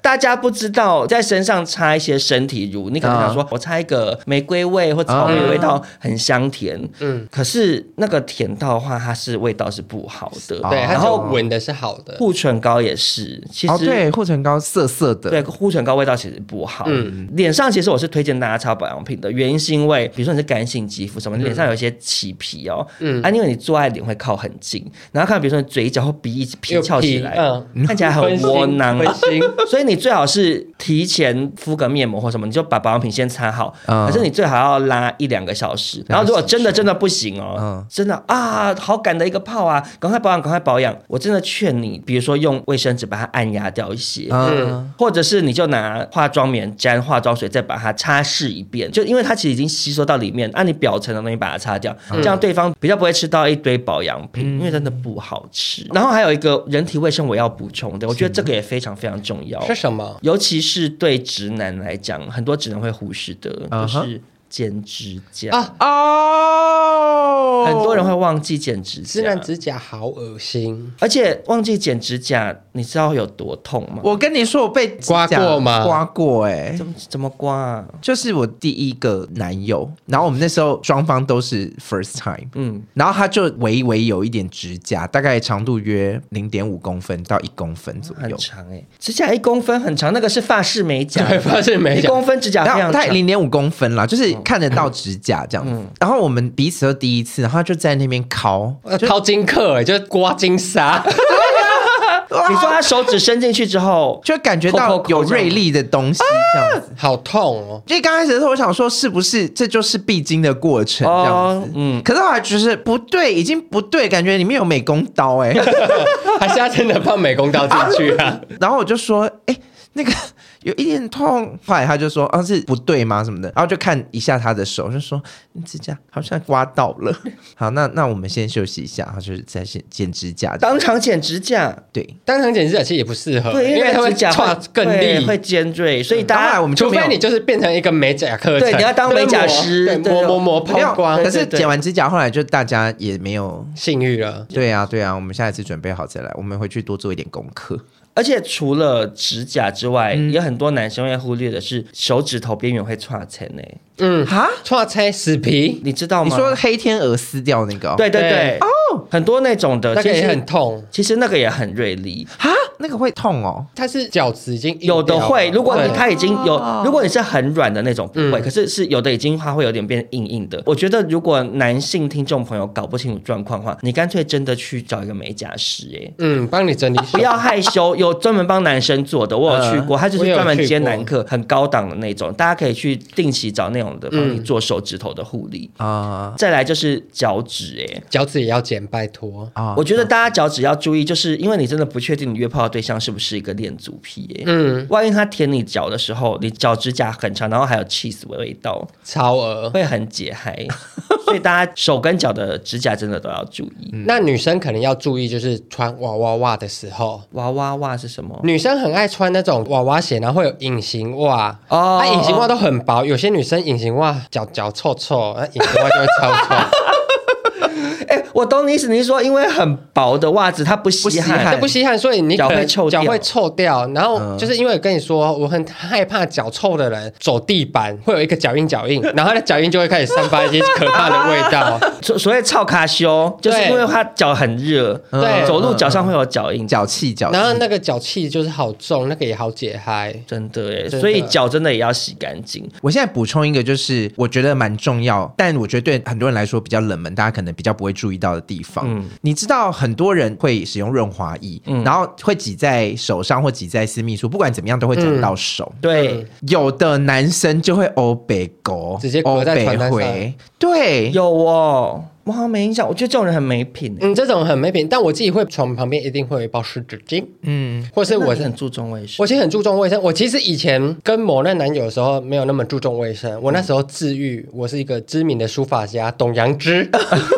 大家不知道在身上擦一些身体乳，你可能想
啊
说，我擦一个玫瑰味或草莓味道很香甜，嗯，可是那个甜到的话，它是味道是不好的。
哦
对，它
然
只有
后
闻的是好的，
护唇膏也是，其实、
哦，对，护唇膏涩涩的，
对，护唇膏味道其实不好。
嗯
脸上其实我是推荐大家擦保养品的，原因是因为，比如说你是干性肌肤什么，你脸上有一些起皮哦，嗯，啊，因为你做爱脸会靠很近，然后看比如说你嘴角或鼻翼皮
有
翘起
皮
来，
嗯
看起来很窝囊啊
分心。分心
所以你最好是提前敷个面膜或什么，你就把保养品先擦好。
嗯
可是你最好要拉一两个小时。然后如果真的真的不行哦，
嗯
真的啊，好赶的一个泡啊，赶快保养，赶快保养。我真的劝你，比如说用卫生纸把它按压掉一些。
嗯，
或者是你就拿化妆棉沾化妆水，再把它擦拭一遍，就因为它其实已经吸收到里面，按、你表层的东西把它擦掉，
嗯
这样对方比较不会吃到一堆保养品，因为真的不好吃。然后还有一个人体卫生我要补充的，我觉得这个也非常非常重要，
是什么？
尤其是对直男来讲，很多直男会忽视的，就
嗯哼
是剪指甲。
啊
哦，
很多人会忘记剪指
自
甲
然，指甲好恶心，
而且忘记剪指甲，你知道有多痛吗？
我跟你说，我被
刮
指甲
过吗
刮过哎、
怎么怎么刮、啊？
就是我第一个男友，然后我们那时候双方都是 first time，嗯，然后他就微微有一点指甲，大概长度约零点五公分到一公分左
很
右，
长哎、指甲一公分很长，那个是发饰美甲，
对，发现没
一
讲。
公分指甲非
然
常
后大概
长。
零点五公分啦，就是
嗯
看得到指甲这样子。然后我们彼此都第一次，然后他就在那边敲，
呃掏金克、欸，就是刮金沙，
你说他手指伸进去之 后，
就感觉
抠
到
抠抠
有
这样啊
锐利的东西这样子。
好痛哦！
因为刚开始的时候，我想说是不是这就是必经的过程这样子
哦，嗯
可是后来就是不对，已经不对，感觉里面有美工刀哎、
还是他真的放美工刀进去啊？
然后我就说，哎、那个有一点痛。后来他就说，啊，是不对吗？什么的。然后就看一下他的手，就说你指甲好像刮到了。 好，那那我们先休息一下，他就是在剪剪指甲。
当场剪指甲，
对，
当场剪指甲其实也不适合，
对，
嗯因为它
指甲
跨
会
更
对
利，
会尖锐，所以
当
大
然
家
我们就
除
没有
非你就是变成一个美甲课程，
对你要当美甲
对磨
师
对，
对
磨磨磨
没有
抛光，
可
可
是
是
对对
剪完指甲，后来就大家也没有。
性欲了。
对啊，对啊，我们下一次准备好再来，我们回去多做一点功课。
而且除了指甲之外，有很多男生会忽略的是手指头边缘会串层呢，
嗯，
哈，
错猜死皮，
你知道
你
吗？
说黑天鹅撕掉那个、哦？
对对
对
对，哦，很多那种的，
那
其
个
实
也很痛。
其实那个也很锐利，
哈，那个会痛哦。
它是角质已经硬掉
有
了
的嗯会，如果你
对
它已经有，如果你是很软的那种不会，可是是有的已经它会有点变硬硬的。我觉得如果男性听众朋友搞不清楚状况的话，你干脆真的去找一个美甲师、哎。
嗯，帮你整理手
不要害羞，有专门帮男生做的，我有去过，他就是专门接男客，很高档的那种，大家可以去定期找那种的，帮你做手指头的护理。
啊
再来就是脚趾、哎，
脚趾也要剪，拜托。
啊
我觉得大家脚趾要注意，就是因为你真的不确定你约炮的对象是不是一个恋足癖、耶。
嗯，
万一他舔你脚的时候，你脚指甲很长，然后还有 cheese 的味道，
超额。
会很解嗨。所以大家手跟脚的指甲真的都要注意。
那女生可能要注意，就是穿娃娃袜的时候，
娃娃袜是什么？
女生很爱穿那种娃娃鞋，然后会有隐形袜。
哦
啊，隐形袜都很薄，有些女生隐形袜脚脚臭臭，那隐形袜就会超臭，
哎、我懂你意思，你是说因为很薄的袜子它不吸
不吸
汗
汗
这不稀罕，所以你可能
脚会臭掉嗯
脚会臭掉。然后就是因为我跟你说，我很害怕脚臭的人走地板会有一个脚印脚印， 然后那脚印就会开始散发一些可怕的味 道。
所所谓臭卡修，就是
对
因为它脚很热，
对嗯
走路脚上会有脚印。
脚气脚气。
然后那个脚气就是好重，那个也好解嗨。
真的耶，
真的嗯
所以脚真的也要洗干净。
我现在补充一个，就是我觉得蛮重要，但我觉得对很多人来说比较冷门，大家可能比较不会注意到的地方。
嗯
你知道很多人会使用润滑液，然后会挤在手上或挤在私密处，不管怎么样都会沾到手。
对，
有的男生就会欧北狗，
直接隔在床单上
欧北回。对，
有哦，我好像没印象。我觉得这种人很没品耶，
嗯，这种很没品，但我自己会床旁边一定会有一包湿纸巾，
嗯，
或是
那
我
你很注重卫生。
我其实很注重卫生。我其实以前跟某任男友的时候没有那么注重卫生，我那时候自愈，我是一个知名的书法家董阳 之，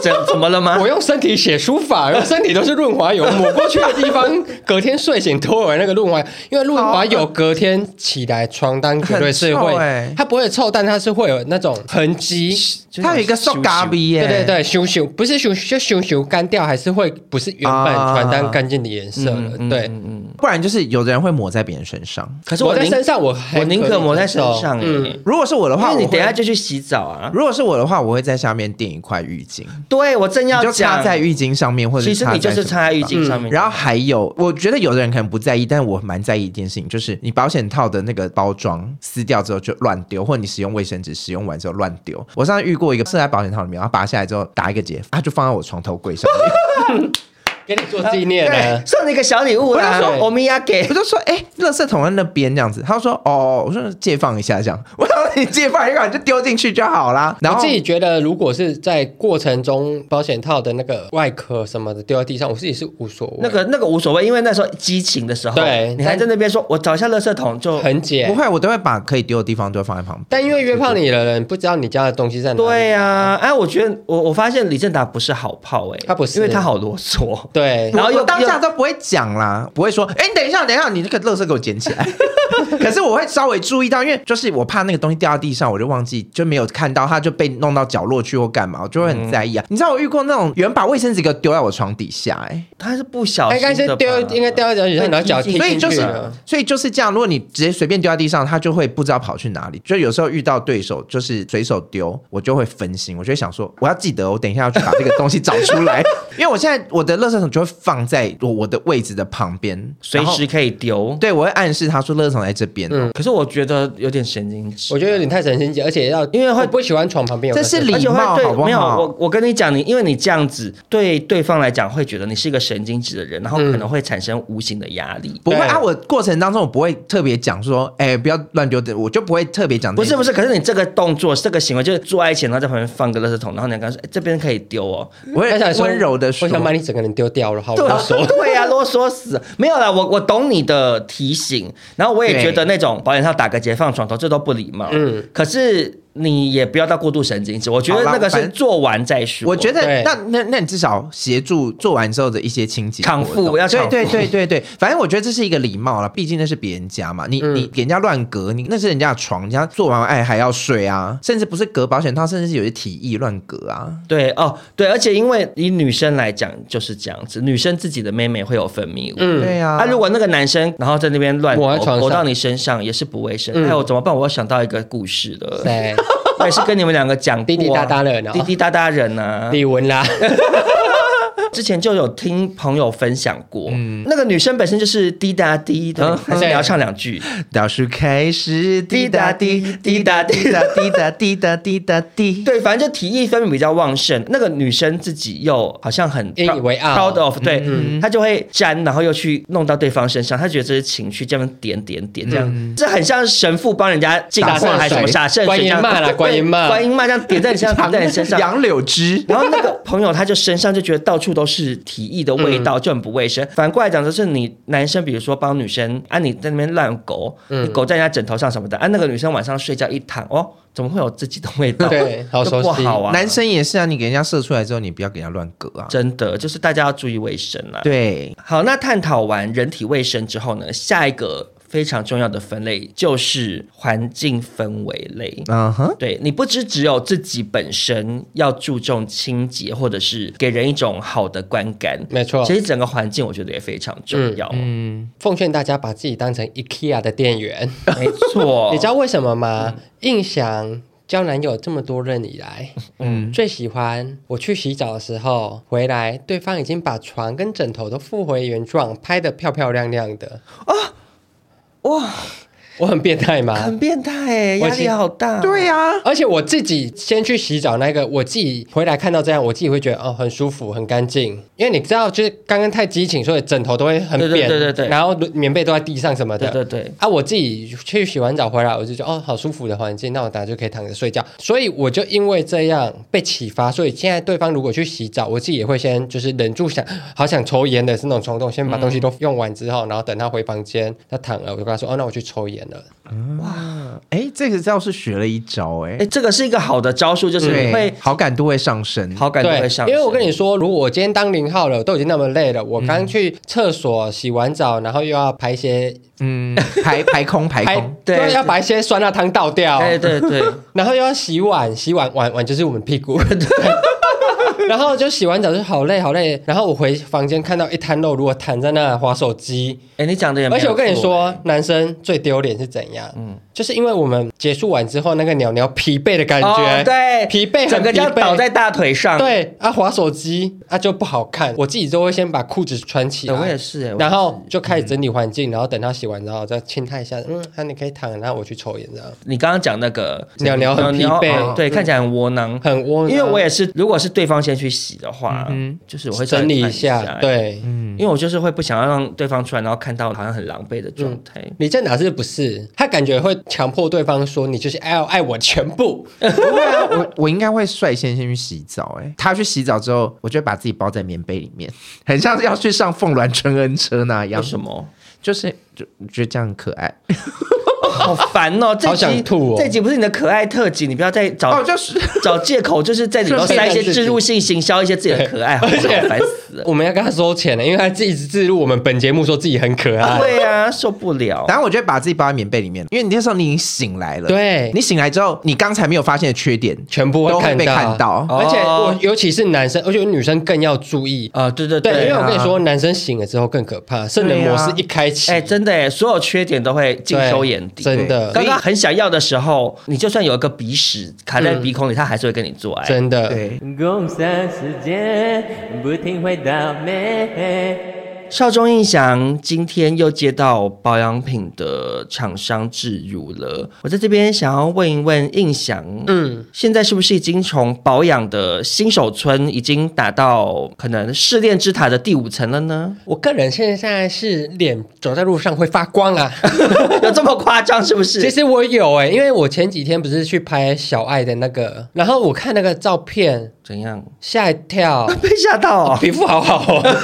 怎怎么了吗？
我用身体写书法，然后身体都是润滑油，抹过去的地方，隔天睡醒都有那个润滑油，因为润滑油隔天起来床单绝对是
很
会，
臭欸
它不会臭，但它是会有那种痕迹。
就是
他有一个
羞羞
瘦嘎逼耶，
对对对，咻熊熊不是熊，就熊熊干掉，还是会不是原本
啊
传单干净的颜色了。对，
嗯，
不然就是有的人会抹在别人身上。
可是
抹
我
在
宁
身上我还
我宁可抹在身上，哎，
嗯
因
如果是我的话，
为你
我会
等一下就去洗澡啊。
如果是我的话，我会在下面垫一块浴巾，
对我正
你
要
就插
讲，
在浴巾上面，或者
其实你就是插在浴巾上面，
嗯然后还有，我觉得有的人可能不在意，但我蛮在意一件事情，就是你保险套的那个包装撕掉之后就乱丢，或者你使用卫生纸使用完之后乱丢。我上次遇过一个是在保险套里面，然后拔下来之后打一个结，啊它就放在我床头柜 上面。
给你做纪
啊
念
对
呢。
送你一个小礼物啊啦
我就说，
欧米亚给
我。就说，哎、垃圾桶在那边这样子。他就说，哦，我说借放一下这样。我说你借放一下，你就丢进去就好啦。然
我
后
自己觉得，如果是在过程中保险套的那个外壳什么的丢在地上，我自己是无所谓，
那个那个无所谓，因为那时候激情的时候，
对
你还在那边说，我找一下垃圾桶就
很解
不。会，我都会把可以丢的地方都放在旁边。
但因为约炮你的人不知道你家的东西在哪里，
对呀、哎，我觉得我我发现李正达不是好炮哎、
他不是
因为他好啰嗦。
对，
然后
我
又
我当下都不会讲啦，不会说，哎、你等一下，等一下，你这个垃圾给我捡起来。 可是我会稍微注意到，因为就是我怕那个东西掉到地上，我就忘记就没有看到，它就被弄到角落去或干嘛，我就会很在意
嗯
啊。你知道我遇过那种有人把卫生纸给我丢在我床底下、哎。
他是不小
他
心
应该是
的吧
丢，应该。掉在脚底下，然后脚踢
所
所以
进
就
去
是
了。，
所以就是这样。如果你直接随便丢在地上，它就会不知道跑去哪里。就有时候遇到对手，就是随手丢，我就会分心，我就会想说，我要记得，我等一下要去把这个东西找出来。 因为我现在我的垃圾桶就会放在我我的位置的旁边，
随
然后
时。可以丢，
对，我会暗示他说垃圾桶在这边、
嗯
哦。
可是我觉得有点神经质，
我觉得有点太神经质，而且要
因为会
我不喜欢床旁边有
这
垃圾
是
桶
礼貌
而且会对
好不好
没有我我跟你讲，你因为你这样子对对方来讲会觉得你是一个神经质的人，然后可能会产生无形的压力。
不会
对
啊，我过程当中我不会特别讲说，哎、不要乱丢的，我就不会特别讲这
不
件
是
事。
不是，可是你这个动作这个行为就是坐在一起，然后在旁边放个垃圾桶，然后你跟他说、哎这边可以丢哦，
我
他想
会
说
温柔的
我
说，
想把你整个人丢掉了，好啰
啊
对啊
嗦。
对呀、啰嗦死了。没有啦，我我懂你的提醒，然后我也
对
觉得那种保险套打个结放床头这都不礼貌。嗯
嗯，
可是你也不要到过度神经质，我觉得
好啦
那个
反
是
正
做完再说。
我觉得
对
那那那你至少协助做完之后的一些清洁
康复
活动
要
对
康
对
复
对对对，反正我觉得这是一个礼貌了，毕竟那是别人家嘛，
嗯
你、你给人家乱隔，你那是人家的床，人家做完爱还要睡啊，甚至不是隔保险套，甚至是有些提议乱隔啊。
对哦，对，而且因为以女生来讲就是这样子，女生自己的妹妹会有分泌物。
嗯
对啊，
啊！如果那个男生然后在那边乱
抹在床上嗯
抹到你身上也是不卫生。哎呦，怎么办？我又想到一个故事 了，
对，
我也是跟你们两个讲过啊，
啊滴滴答答人哦
滴滴答答人啊，
李文啦，
之前就有听朋友分享过，
嗯
那个女生本身就是滴答滴的，还是你要唱两句？
倒数开始，滴答滴，滴答滴答滴答滴答滴答滴。
对，反正就体液分泌比较旺盛，那个女生自己又好像很
引以为傲嗯
proud of，对，她就会沾，然后又去弄到对方身上，她觉得这是情绪，这样点点点，这样这很像神父帮人家净
嗯打
化
圣
还是什
水
么洒圣
观
水这
音
样，
骂啦观音骂
对观音骂这样点在你身上， 点在你身上，
杨柳枝，
然后那个朋友他就身上就觉得到处都是体液的味
嗯
道，就很不卫生。反过来讲，就是你男生，比如说帮女生啊，你在那边乱狗，
嗯
你狗在人家枕头上什么的，啊，那个女生晚上睡觉一躺，哦，怎么会有自己的味道？
对好
这
熟
不
悉
好啊。
男生也是啊，你给人家射出来之后，你不要给人家乱隔啊。
真的就是大家要注意卫生啦。，
对，
好，那探讨完人体卫生之后呢，下一个非常重要的分类就是环境氛围类。
嗯哼，
对，你不只只有自己本身要注重清洁，或者是给人一种好的观感，
没错嗯
其。实整个环境我觉得也非常重要，
奉劝大家把自己当成 IKEA 的店 员，
没错。
你知道为什么吗？印象交男友这么多任以来，嗯，最喜欢我去洗澡的时候回来，对方已经把床跟枕头都复回原状，拍得漂漂亮亮的啊！
哇，
我很变态吗？
很变态哎，压
啊我其
力好大。
对呀、
而且我自己先去洗澡那个，我自己回来看到这样，我自己会觉得哦，很舒服，很干净。因为你知道，就是刚刚太激情，所以枕头都会很
对
扁，
对对对对
然后棉被都在地上什么的。
对对对
啊，我自己去洗完澡回来，我就觉得哦，好舒服的环境，那我等下就可以躺着睡觉。所以我就因为这样被启发，所以现在对方如果去洗澡，我自己也会先就是忍住想，好想抽烟的是那种冲动，先把东西都用完之后，然后等他回房间，他躺了，我就跟他说哦，那我去抽烟了。
哎，这个倒是学了一招、哎
哎，，这个是一个好的招数，就是你
对
会，
好感度会上升。
好感度会上升。
因为我跟你说，如果我今天当零号了，我都已经那么累了，我
嗯
刚去厕所洗完澡，然后又要排一些
嗯，排排空排
排
空，
对哎
要把一些酸辣汤倒掉，
对对对，
然后又要洗碗，洗碗碗碗就是我们屁股。然后就洗完澡就好累好累，然后我回房间看到一滩肉，如果躺在那划手机，
哎，你讲的也没有
而且我跟你
错
说，男生最丢脸是怎样？嗯，就是因为我们结束完之后，那个鸟鸟疲惫的感觉，
哦、对，
疲惫，
整个
很疲
就
惫
倒在。大腿上。
对啊，滑手机啊就不好看，我自己都会先把裤子穿起来。
哎，我也是哎，我
然后就开始整理环境，然后等他洗完，然后再亲他一下，嗯，那、你可以躺，然后我去抽烟，这样
你刚刚讲那个
嗯鸟鸟很疲惫嗯
哦对，看起来很窝囊。
很窝囊。嗯
因为我也是，如果是对方先去洗的话，就是我会稍微
整理
看一哎嗯
一下，，对，
因为我就是会不想要让对方出来，然后看到好像很狼狈的状态。
李正达是不是？他感觉会强迫对方说你就是爱爱我全部，
不会啊，我我应该会率先先去洗澡、欸。哎，他去洗澡之后，我就会把自己包在棉被里面，很像是要去上凤鸾春恩车那样
为。什么？
就是就觉得这样很可爱。
好烦 哦！这集
好想吐哦
这集不是你的可爱特辑，你不要再找、
哦，就是
找借口，就是在里头塞一些植入性行销，一些自己的可 爱，好不好
对而且
烦死了。
我们要跟他收钱了，因为他自己自录我们本节目说自己很可爱。
对啊，受不了。
然后我就会把自己包在棉被里面，因为你那时候你已经醒来了，
哎
对
你醒来之后，你刚才没有发现的缺点，
全部
都
会
会
看
被
到，
看到。
哦
而且我尤其是男生，而且女生更要注意。
啊、对对
对，因为我跟你
啊
说，男生醒了之后更可怕，圣人
对啊
模式一开启，
哎、真的哎，所有缺点都会尽
对
收眼底。
真的，
刚刚很想要的时候，你就算有一个鼻屎卡在鼻孔里，他还是会跟你做爱。哎
真的，
对，
嗯
共享时间，不停回到美。
少中印象今天又接到保养品的厂商置入了，我在这边想要问一问印象，嗯，现在是不是已经从保养的新手村已经打到可能试炼之塔的第五层了 呢？
我个人现在是脸走在路上会发光 啊。
有这么夸张是不是？
其实我有哎、因为我前几天不是去拍小爱的那个，然后我看那个照片
怎样？
吓一跳，
被吓到哦！
皮肤好好哦。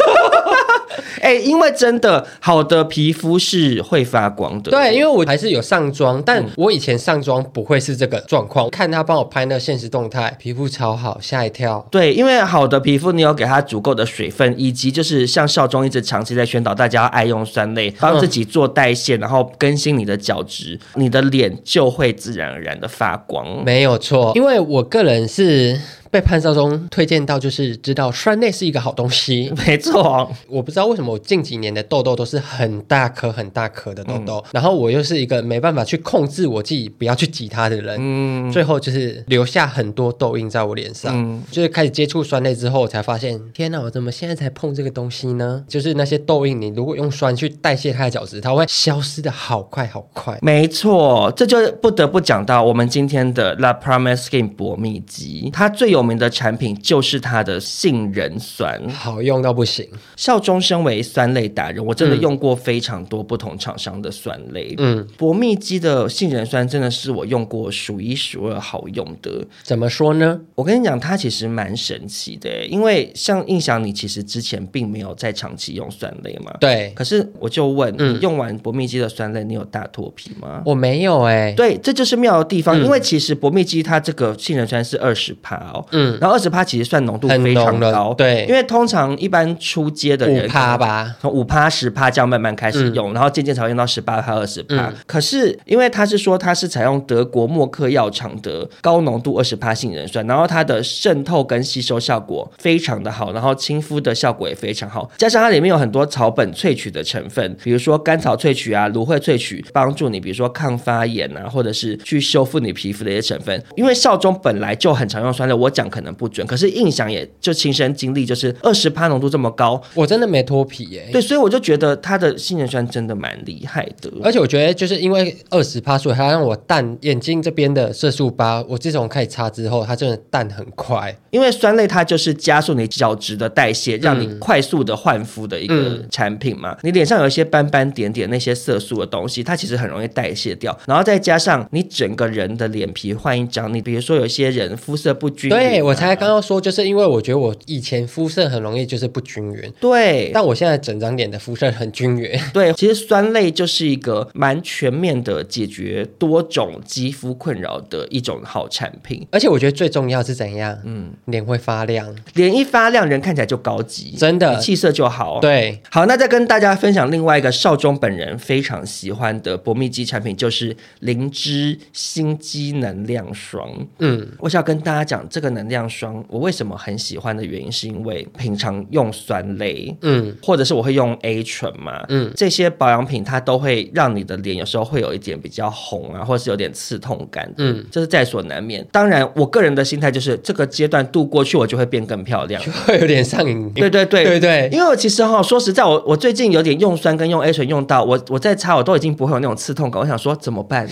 哎、因为真的好的皮肤是会发光的，
对，因为我还是有上妆，但我以前上妆不会是这个状况。看他帮我拍那个现实动态，皮肤超好，吓一跳。
对，因为好的皮肤，你有给它足够的水分，以及就是像少中一直长期在宣导大家要爱用酸类，帮自己做代谢，然后更新你的角质，你的脸就会自然而然的发光。
没有错，因为我个人是被潘少忠推荐到，就是知道酸类是一个好东西。
没错，
我不知道为什么我近几年的痘痘都是很大颗、很大颗的痘
嗯
痘，然后我又是一个没办法去控制我自己不要去挤它的人，
嗯，
最后就是留下很多痘印在我脸上。
嗯
就是开始接触酸类之后，我才发现，天哪，我怎么现在才碰这个东西呢？就是那些痘印，你如果用酸去代谢它的角质，它会消失的好快好快。
没错，这就不得不讲到我们今天的 La Promise Skin 薄蜜肌，它最有名的产品就是它的杏仁酸。
好用到不行，
效忠身为酸类达人，我真的
嗯
用过非常多不同厂商的酸类。嗯，博蜜肌的杏仁酸真的是我用过数一数二好用的。
怎么说呢？
我跟你讲，它其实蛮神奇的，因为像印象你其实之前并没有在长期用酸类嘛。。
对嗯
可是我就问，你用完博蜜肌的酸类，你有大脱皮吗？
我嗯没有哎、
对，这就是妙的地方，因为其实薄蜜肌它这个杏仁酸是二十帕哦，嗯，然后二十帕其实算浓度
很
非常
浓了
高，
对
因为通常一般出街的人
5%吧，
从五帕十帕这样慢慢开始用，然后渐渐才会用到十八帕二十帕。可是因为它是说它是采用德国默克药厂的高浓度二十帕杏仁酸，然后它的渗透跟吸收效果非常的好，然后亲肤的效果也非常好，加上它里面有很多草本萃取的成分，比如说甘草萃取啊、芦荟萃取，帮助你比如说抗发炎啊，或者是去修复你皮肤的一些成分。因为少中本来就很常用酸类，我讲可能不准，可是印象也就亲身经历，就是二十帕浓度这么高，
我真的没脱皮欸耶、
对，所以我就觉得他的杏仁酸真的蛮厉害的。
而且我觉得，就是因为二十趴，所以它让我淡眼睛这边的色素疤，我自从开始擦之后，它真的淡很快。
因为酸类它就是加速你角质的代谢，让
嗯
你快速的焕肤的一个产品嘛。你脸上有一些斑斑点点那些色素的东西，它其实很容易代谢掉。然后再加上你整个人的脸皮换一张，你比如说有些人肤色不均匀啊、
对我才刚刚说，就是因为我觉得我以前肤色很容易就是不均匀，
对。
但我现在整张脸的肤色很均匀。
对，其实酸类就是一个蛮全面的解决多种肌肤困扰的一种好产品，
而且我觉得最重要是怎样？嗯，脸会发亮。
脸一发亮，人看起来就高级，
真的
你气色就好。
对，
好，那再跟大家分享另外一个少中本人非常喜欢的薄蜜肌产品，就是灵芝心肌能量霜。
嗯，
我想跟大家讲，这个能量霜，我为什么很喜欢的原因，是因为平常用酸类，
嗯，
或者是我会用 A 醇嘛，
嗯
嗯，这些保养品它都会让你的脸有时候会有一点比较红啊，或者是有点刺痛感，
嗯
嗯，这是在所难免。当然，我个人的心态就是这个阶段度过去，我就会变更漂亮。
会有点上瘾。
对对对
对对
因为我其实哈、说实在，我我最近有点用酸跟用 A 醇用到我，我在擦我都已经不会有那种刺痛感，我想说怎么办？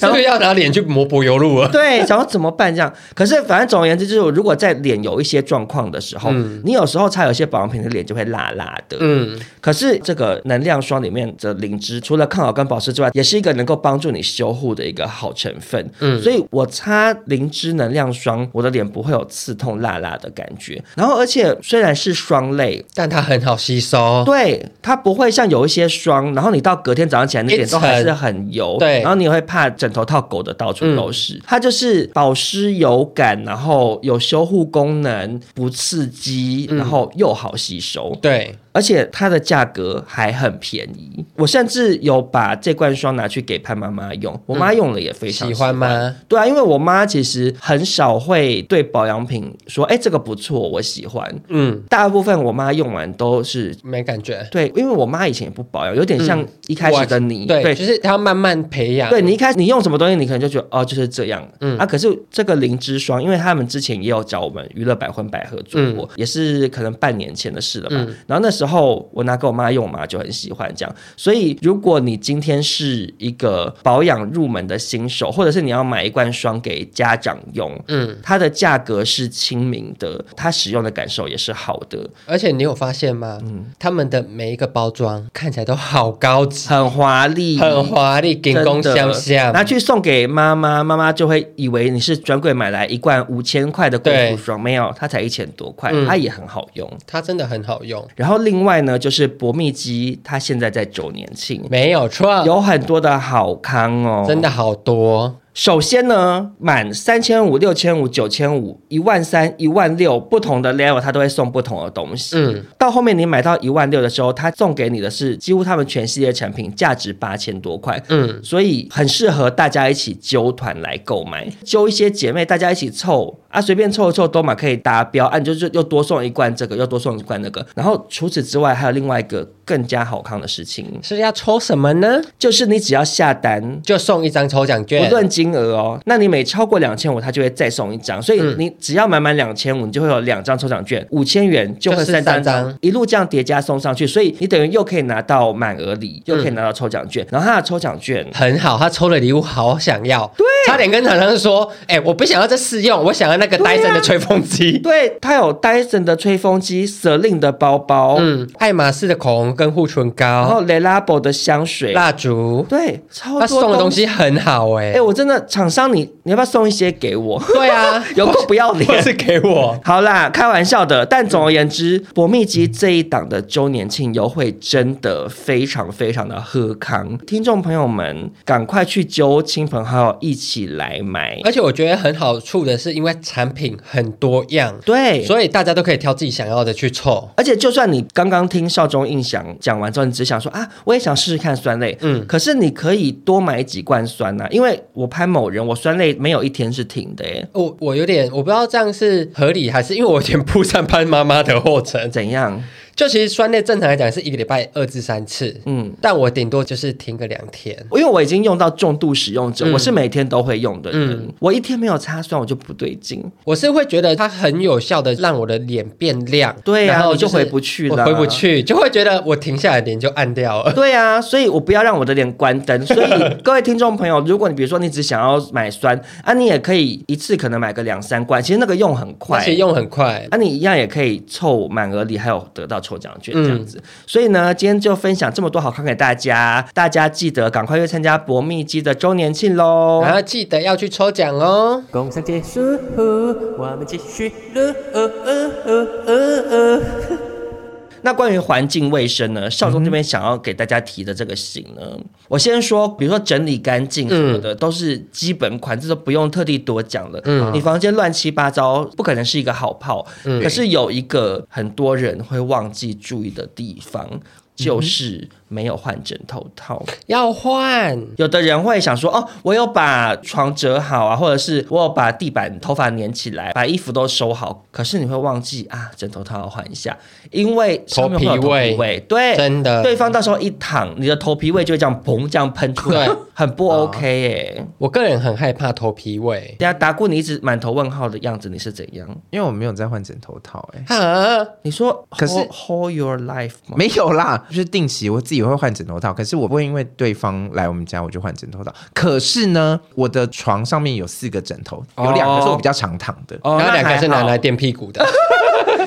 是不是要拿脸去抹柏油路啊？
对，想要怎么办这样？可是反正总而言之，就是如果在脸有一些状况的时候，你有时候擦有些保养品的脸就会辣辣的。
嗯，
可是这个能量霜里面的灵芝，除了抗老跟保湿之外，也是一个能够帮助你修护的一个好成分。嗯，所以我擦灵芝能量霜，我的脸不会有刺痛辣辣的感觉。然后而且虽然是霜类。
但它很好吸收。
对，它不会像有一些霜，然后你到隔天早上起来，你
一
脸都还是
层
很油，
对嗯
然后你会怕枕头套狗的到处都是。它就是保湿有感，然后有修护功能，不刺激，然后又好吸收。
对，
而且它的价格还很便宜。我甚至有把这罐霜拿去给潘妈妈用，我妈用了也非常
嗯喜欢吗？
对啊，因为我妈其实很少会对保养品说：“哎，这个不错，我喜欢。”
嗯，
大部分我妈用完都是
没感觉。
对，因为我妈以前也不保养，有点像一开
哇
始的你，
嗯对，
对
就是它要慢慢培养。
对你一开始你用什么东西，你可能就觉得哦就是这样，嗯啊，可是这个灵芝霜，因为他们之前也有找我们娱乐百分百合作
嗯
过，也是可能半年前的事了吧。然后那时候我拿给我妈用，我妈就很喜欢这样。所以如果你今天是一个保养入门的新手，或者是你要买一罐霜给家长用，
嗯
嗯，它的价格是亲民的，它使用的感受也是好的，
而且你有发现吗？
嗯
他们的每一个包装看起来都好高级，
很华丽，
很华丽，
真
金
的
光相向。
拿去送给妈妈，妈妈就会以为你是专柜买来一罐五千块的贵妇霜，没有，它才一千多块，
嗯
它也很好用。
它真的很好用，
然后另外呢，就是博蜜肌，它现在在周年庆。
没有错，
有很多的好康哦，
嗯真的。好多。
首先呢，满三千五、六千五、九千五、一万三、一万六不同的 level，它都会送不同的东西。
嗯，
到后面你买到一万六的时候，它送给你的是几乎他们全系列产品价值八千多块。
嗯，
所以很适合大家一起揪团来购买，揪一些姐妹大家一起凑啊，随便凑一凑都嘛可以达标啊，你就就又多送一罐这个，又多送一罐那个。然后除此之外，还有另外一个更加好康的事情，
是要抽什么呢？
就是你只要下单。
就送一张抽奖
不
券。
论金额哦，那你每超过两千五，它就会再送一张，所以你只要满满两千五，你就会有两张抽奖券，五千元就
就
会
是
三张，
三张
一路这样叠加送上去，所以你等于又可以拿到满额礼，又可以拿到抽奖券，然后它的抽奖券
很好，他抽的礼物好想要，对，差点跟厂商说，哎、我不想要这试用，我想要那个戴
啊
森的吹风机，
对，它有 Dyson 的吹风机、Celine 的包包，
嗯，爱马仕的口红跟护唇
然
膏、
后 Le Labo 的香水，
蜡烛，
对，超
他
哦多
送的东。西很好、
哎、
哎、
我真的厂商你，你要不要送一些给 我？
对 啊，
有够不要
或
脸！
是给我，
好啦，开玩笑的。但总而言之，博蜜集这一档的周年庆优惠真的非常非常的喝康，听众朋友们赶快去揪亲朋好友一起来买。
而且我觉得很好处的是，因为产品很多样，
对，
所以大家都可以挑自己想要的去凑，
而且，就算你刚刚听少中印象讲完之后，你只想说啊，我也想试试看酸类，
嗯
嗯，可是你可以多买几罐酸啊呐、因为我拍某人，我酸类没有一天是停的耶。
我我有点我不知道这样是合理还是因为我有点铺上潘妈妈的后尘。
怎样？
就其实酸类正常来讲是一个礼拜二至三次，嗯
嗯，
但我顶多就是停个两天。
因为我已经用到重度使用者，
嗯
我是每天都会用的人，
嗯
我一天没有擦酸，我就不对劲。
我是会觉得它很有效的让我的脸变亮，
对啊
然后
你就是回不去
我
啦
回不去就会觉得我停下来脸就暗掉了。
对啊，所以我不要让我的脸关灯。 所以各位听众朋友，如果你比如说你只想要买酸啊，你也可以一次可能买个两三罐，其实那个用很
而
快，
且用很快，
那、你一样也可以凑满额礼，还有得到抽奖券
嗯
这样子。所以呢，今天就分享这么多好康给大家，大家记得赶快去参加博蜜机的周年庆喽！
然后记得要去抽奖哦。
工商结束，我们继续录。呃呃呃呃呃
那关于环境卫生呢，少宗这边想要给大家提的这个醒呢，我先说，比如说整理干净什么的，都是基本款，这都不用特地多讲了。你房间乱七八糟，不可能是一个好泡。可是有一个很多人会忘记注意的地方，就是。没有换枕头套。
要换。
有的人会想说，哦，我有把床折好啊，或者是我有把地板头发粘起来，把衣服都收好。可是你会忘记啊，枕头套要换一下，因为上面会有
头皮
头
味
皮味，对，
真的
对方到时候一躺，你的头皮味就会这样砰这样喷出来
对，啊
很不 OK 耶、
我个人很害怕头皮味
等一下达姑，你一直满头问号的样子，你是怎样？
因为我没有在换枕头套、欸，哎，
啊，
你说，哦
可是
hold your life 吗？
没有啦，就是定期我自己会换枕头套，可是我不会因为对方来我们家我就换枕头套。可是呢，我的床上面有四个枕头，有两个是我比较常躺的。
哦
然后两个是拿来
来，
垫屁股的，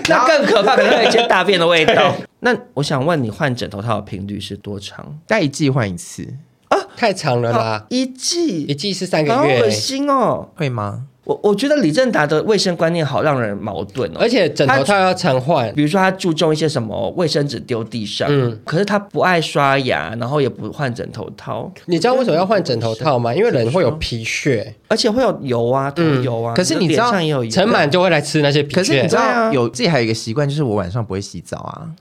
那更可 怕，可能会有一些大便的味道。那我想问你，换枕头套的频率是多长？哦
戴一季换一次
太长了啦，
一
一
季，
季是三个
好
月
恶，心哦！
会吗？
我我觉得李正达的卫生观念好让人矛盾哦，
而且枕头套要常换，
比如说他注重一些什么卫生纸丢地上，
嗯
可是他不爱刷牙，然后也不换枕头套，
你知道为什么要换枕头套吗？因为人会有皮屑，
而且会有油啊、头油啊，
嗯可是你知道
脸上也有油，
尘螨就会来吃那些皮
可是你
屑
知。道、
对啊
有自己还有一个习惯，就是我晚上不会洗澡啊，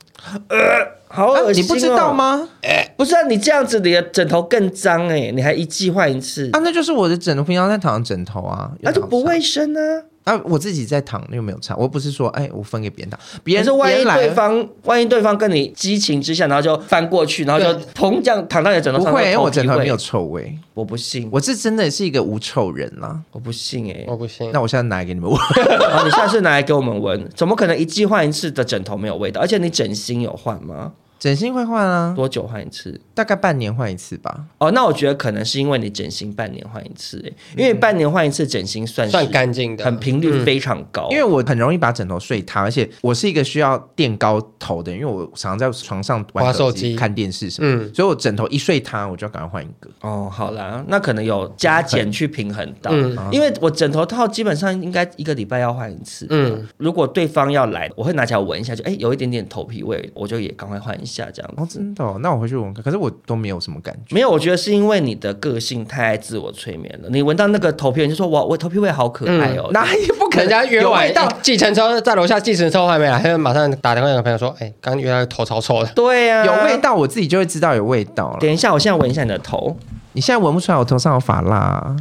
好恶心、哦
啊你不知道？吗？
不是啊，你这样子你的枕头更脏哎、你还一季换一次，
啊，那就是我的枕头，平常在躺的枕头啊，
那、就不卫
会
生啊。
啊，我自己在躺又没有差，我不是说哎我分给别人躺，别
也
人
是万
哎别
一
人来
对方，万一对方跟你激情之下，然后就翻过去，然后就砰这样躺到你的枕头
不
上，
会，因
然
为
后
我枕头
头皮
没有
味，
臭味，
我不信，我
我这真的是一个无臭人啦、
我不信哎、
我不信
那，我现在拿来给你们闻，
然后哦你下次拿来给我们闻，怎么可能一季换一次的枕头没有味道？而且你枕芯有换吗？
枕芯会换啊，
多久换一次？
大概半年换一次吧。
哦，那我觉得可能是因为你枕芯半年换一次、欸，因为半年换一次枕芯算是
算干净的，嗯
很频率非常高。
因为我很容易把枕头睡塌，而且我是一个需要垫高头的，因为我常常在床上玩
滑手
手
机
机、看电视什么，
嗯，
所以我枕头一睡塌，我就要赶快换一个。
哦，好啦，那可能有加减去平衡到，
嗯
因为我枕头套基本上应该一个礼拜要换一次。
嗯，
如果对方要来，我会拿起来闻一下，就哎、有一点点头皮味，我就也赶快换一下这样子。
哦，真的、哦？那我回去闻看，可是我都没有什么感觉。
没有，我觉得是因为你的个性太爱自我催眠了。你闻到那个头皮味，你就说我我头皮味好可爱哦。
那也嗯不可
人
能
家约
有
完
味道，
计程车在楼下，计程车还没来，他就马上打电话给朋友说：“哎，刚约他头超臭的。
对呀、啊，
有味。道，我自己就会知道有味道了。
等一下，我现在闻一下你的头，
你现在闻不出来我头上有发蜡啊，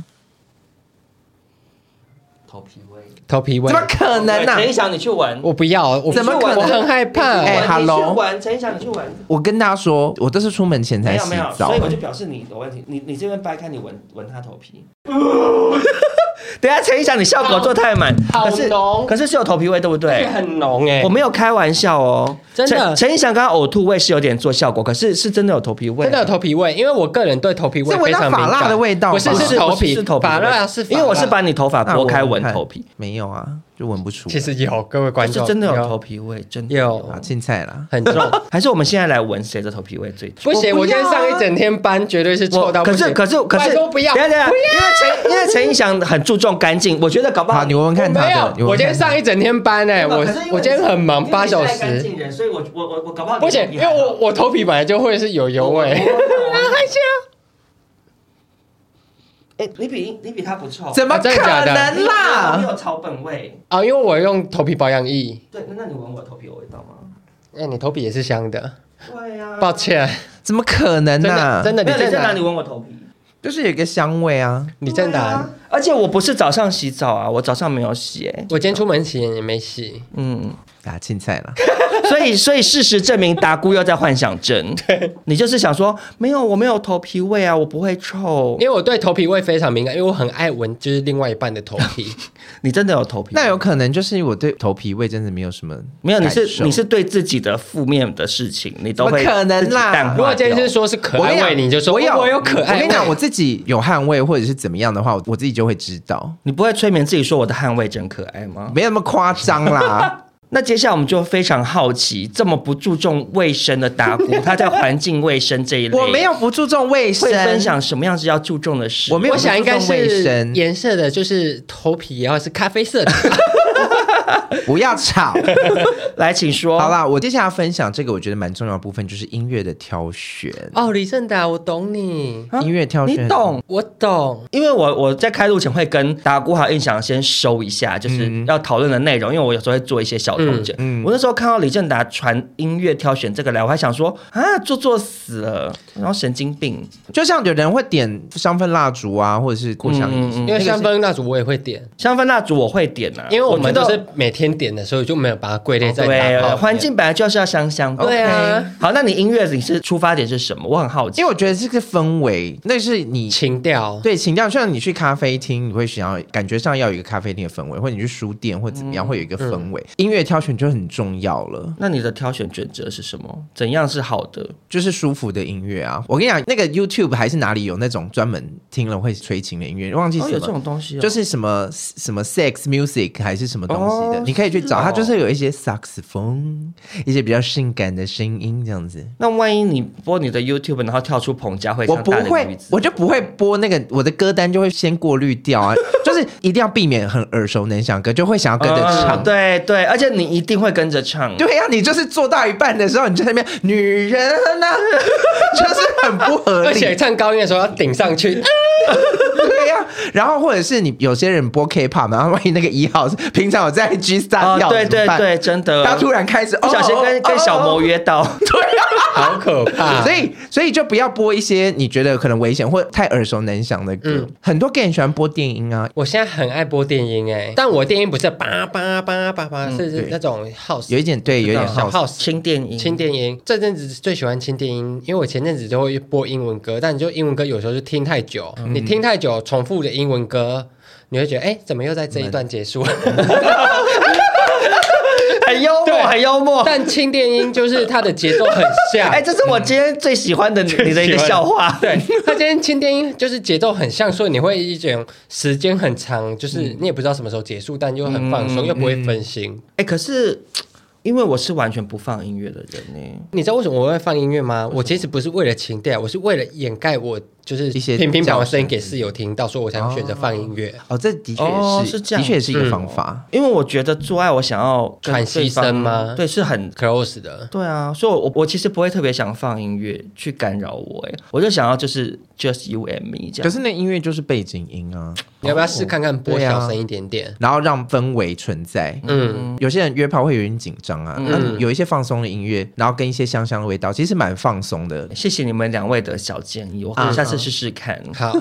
头皮味。”
头皮味
怎，么可能啊呢、
陈一翔，你去闻。
我不要，我
怎么可能
我很害怕。
哎
你去闻
hello
你去闻陈一翔，你去闻。
我跟大家说，我都是出门前
没
才
有
洗
没有，
澡
所以。我就表示你有问题。你你这边掰开，你闻闻他头皮。 等一下陈一翔，你效果做太 满，
好
可是
浓
可是是有头皮味，对不对？
很浓哎
我没有开玩笑哦，
真的
陈陈一翔刚刚呕吐味是有点做效果，可是是真的有头皮味，
真的有头皮味，因为我个人对头皮味
是闻
非
到
常敏
法蜡
感
的味道
不
吧
是
不
是
是
头
不是是头皮味
法蜡是法蜡，
因为我是把你头发拨开闻头皮，
没有啊，就闻不出来。
其实有各位观
是
众
真的有头皮味，真的
有
啊，青菜啦。
很重，
还是我们现在来闻谁的头皮味最重？
不行，
我
我
不
今天
要啊
上一整天班绝对是臭到不
可
行。
是可是可
拜
是，
托不要
等一下等一下，因为陈因为陈一翔很注重干净，我觉得搞不
好，
好
你闻闻看他
没
的。你
有，
闻
我
闻
今天
看他的
上一整天班哎，
没
我
有可是因为
我今天很
因
忙，
为
八
你是
小
爱干
时
净人，所以我我我我搞不好欸
不行，因为我我头皮本来就会是有油味。
害羞。哎，你比你比他不臭，
怎么
啊
可
真的假的
能
你
啦？
有草本味。
啊，因为我用头皮保养液，
对，那那你闻我头皮有味道吗？
哎，你头皮也是香的，
对呀、
抱，歉，
怎么可能
真
呢、
的真的，
没有你
正
在哪里
打，
闻我头皮？
就是有一个香味啊。
你正
对
打
啊，而且我不是早上洗澡啊，我早上没有洗、哎，
我今天出门洗也没洗，
嗯，
打啊青菜 啦，
所以所以事实证明达姑又在幻想 症，你就是想说没有，我没有头皮味啊，我不会臭
因，为我对头皮味非常敏感，因为我很爱闻就是另外一半的头 皮。
你真的有头皮味？
那有可能就是我对头皮味真的没有什么
没有？你
感
是
受
你是对自己的负面的事情，你都会
怎么可能啦
自己淡化
如果今天
掉
是说是可
我跟
爱
你
味，
讲，
你就说哦
我有
我有可爱味。
我跟你讲，我自己有汗味或者是怎么样的话，我我自己就会知道，
你不会催眠自己说我的汗味真可爱吗？
没那么夸张 啦。
那接下来我们就非常好奇，这么不注重卫生的达 姑，她在环境卫生这一类，
我没有不注重卫生
会，分享什么样是要注重的事。
我没有
我想应该
注重卫
是
生
颜色的，就是头皮，然后是咖啡色的，
不要吵。
来，请说。
好，啦，我接下来要分享这个我觉得蛮重要的部分，就是音乐的挑选。
哦，李正达，我懂啊你，
音乐挑选
啊你懂。
我懂。
因为我我在开录前会跟打鼓好印象先收一
嗯
下，就是要讨论的内容，因为我有时候会做一些小调整。
嗯
我那时候看到李正达传音乐挑选这个来，我还想说啊，做作死了，然后神经病。
就像有人会点香氛蜡烛啊，或者是扩香
嗯嗯
仪，
嗯
因为香氛蜡烛我也会点，
香氛蜡烛我会点啊，
因为我们
觉
都
得
是每天点的，所以就没有把它归类
哦
在
对
打
呃
炮里面
环。境本来就是要香香的。
对啊，
好，那你音乐你是出发点是什么？我很好奇。
因为我觉得这个氛围，那是你
情调。
对情调，就像你去咖啡厅，你会想要感觉上要有一个咖啡厅的氛围，或者你去书店或怎么样，
嗯
会有一个氛围。音乐挑选就很重要了，
那你的挑选准则是什么？怎样是好的？
就是舒服的音乐啊。我跟你讲，那个 YouTube 还是哪里有那种专门听了会催情的音乐，忘记
哦，有
什
这
么。
种东西、哦，
就是什么什么 sex music 还是什么东西的，
哦
你可以去找，
是哦
它就是有一些萨克斯风，一些比较性感的声音这样子。
那万一你播你的 YouTube，然后跳出彭佳慧，
我不会，我就不会播那个，我的歌单就会先过滤掉啊，就是一定要避免很耳熟能详的歌，就会想要跟着
嗯
唱。
对对，而且你一定会跟着唱。
对呀、啊你就是做到一半的时候，你就在那边女人呐、 就是很不合
而
理。
且唱高音的时候要顶上 去，
对呀、然后或者是你有些人播 K-pop，然后万一那个一号是平常有在 G Star
哦
跳、，
对对对，，真的。哦
他突然开始
呃
哦
不小心跟、跟小
魔
魔啊约到，
好可怕。
所以，所以就不要播一些你觉得可能危险或太耳熟能详的歌。
嗯
很多 gay 很喜欢播电音啊，
我现在很爱播电音哎，但我电音不是叭叭叭叭叭，是
嗯对
是那种 house
有一点对，有一点
小
好。
house
轻电影，
轻电音。这阵子最喜欢轻电音，因为我前阵子就会播英文歌，但你就英文歌有时候就听太久，你听太久重复的英文歌，你会觉得哎，怎么又在这一段结束？
很幽默，
对
很幽默。
但轻电音就是它的节奏很像，
哦 哎，这是我今天最喜欢的你你的一个笑话。
对，他今天轻电音就是节奏很像，所以你会一种时间很长，就是你也不知道什么时候结束，但又很放松，又不会分心。
哎，可是因为我是完全不放音乐的人呢，
你知道为什么我会放音乐吗？我其实不是为了情调，我是为了掩盖我就是
一些
乒乒乓乓
叫
的
声
声音给室友听到，所以我才会选择放音乐。
哦，这的确也是，
哦是这样嗯
的确也是一个方法。
因为我觉得做爱我想要跟
喘息
对方
声吗
对，是很
close 的，
对啊，所以我，我其实不会特别想放音乐去干扰我，哎，我就想要就是 just you and me 这样。
可是那音乐就是背景音啊，
你要不要试看看播
对啊
小声一点点？
然后让氛围存在。
嗯，
有些人约炮会有点紧张啊，那、
嗯
有一些放松的音乐，然后跟一些香香的味道，其实蛮放松的。
谢谢你们两位的小建议，我可以下次试试看。
嗯
好，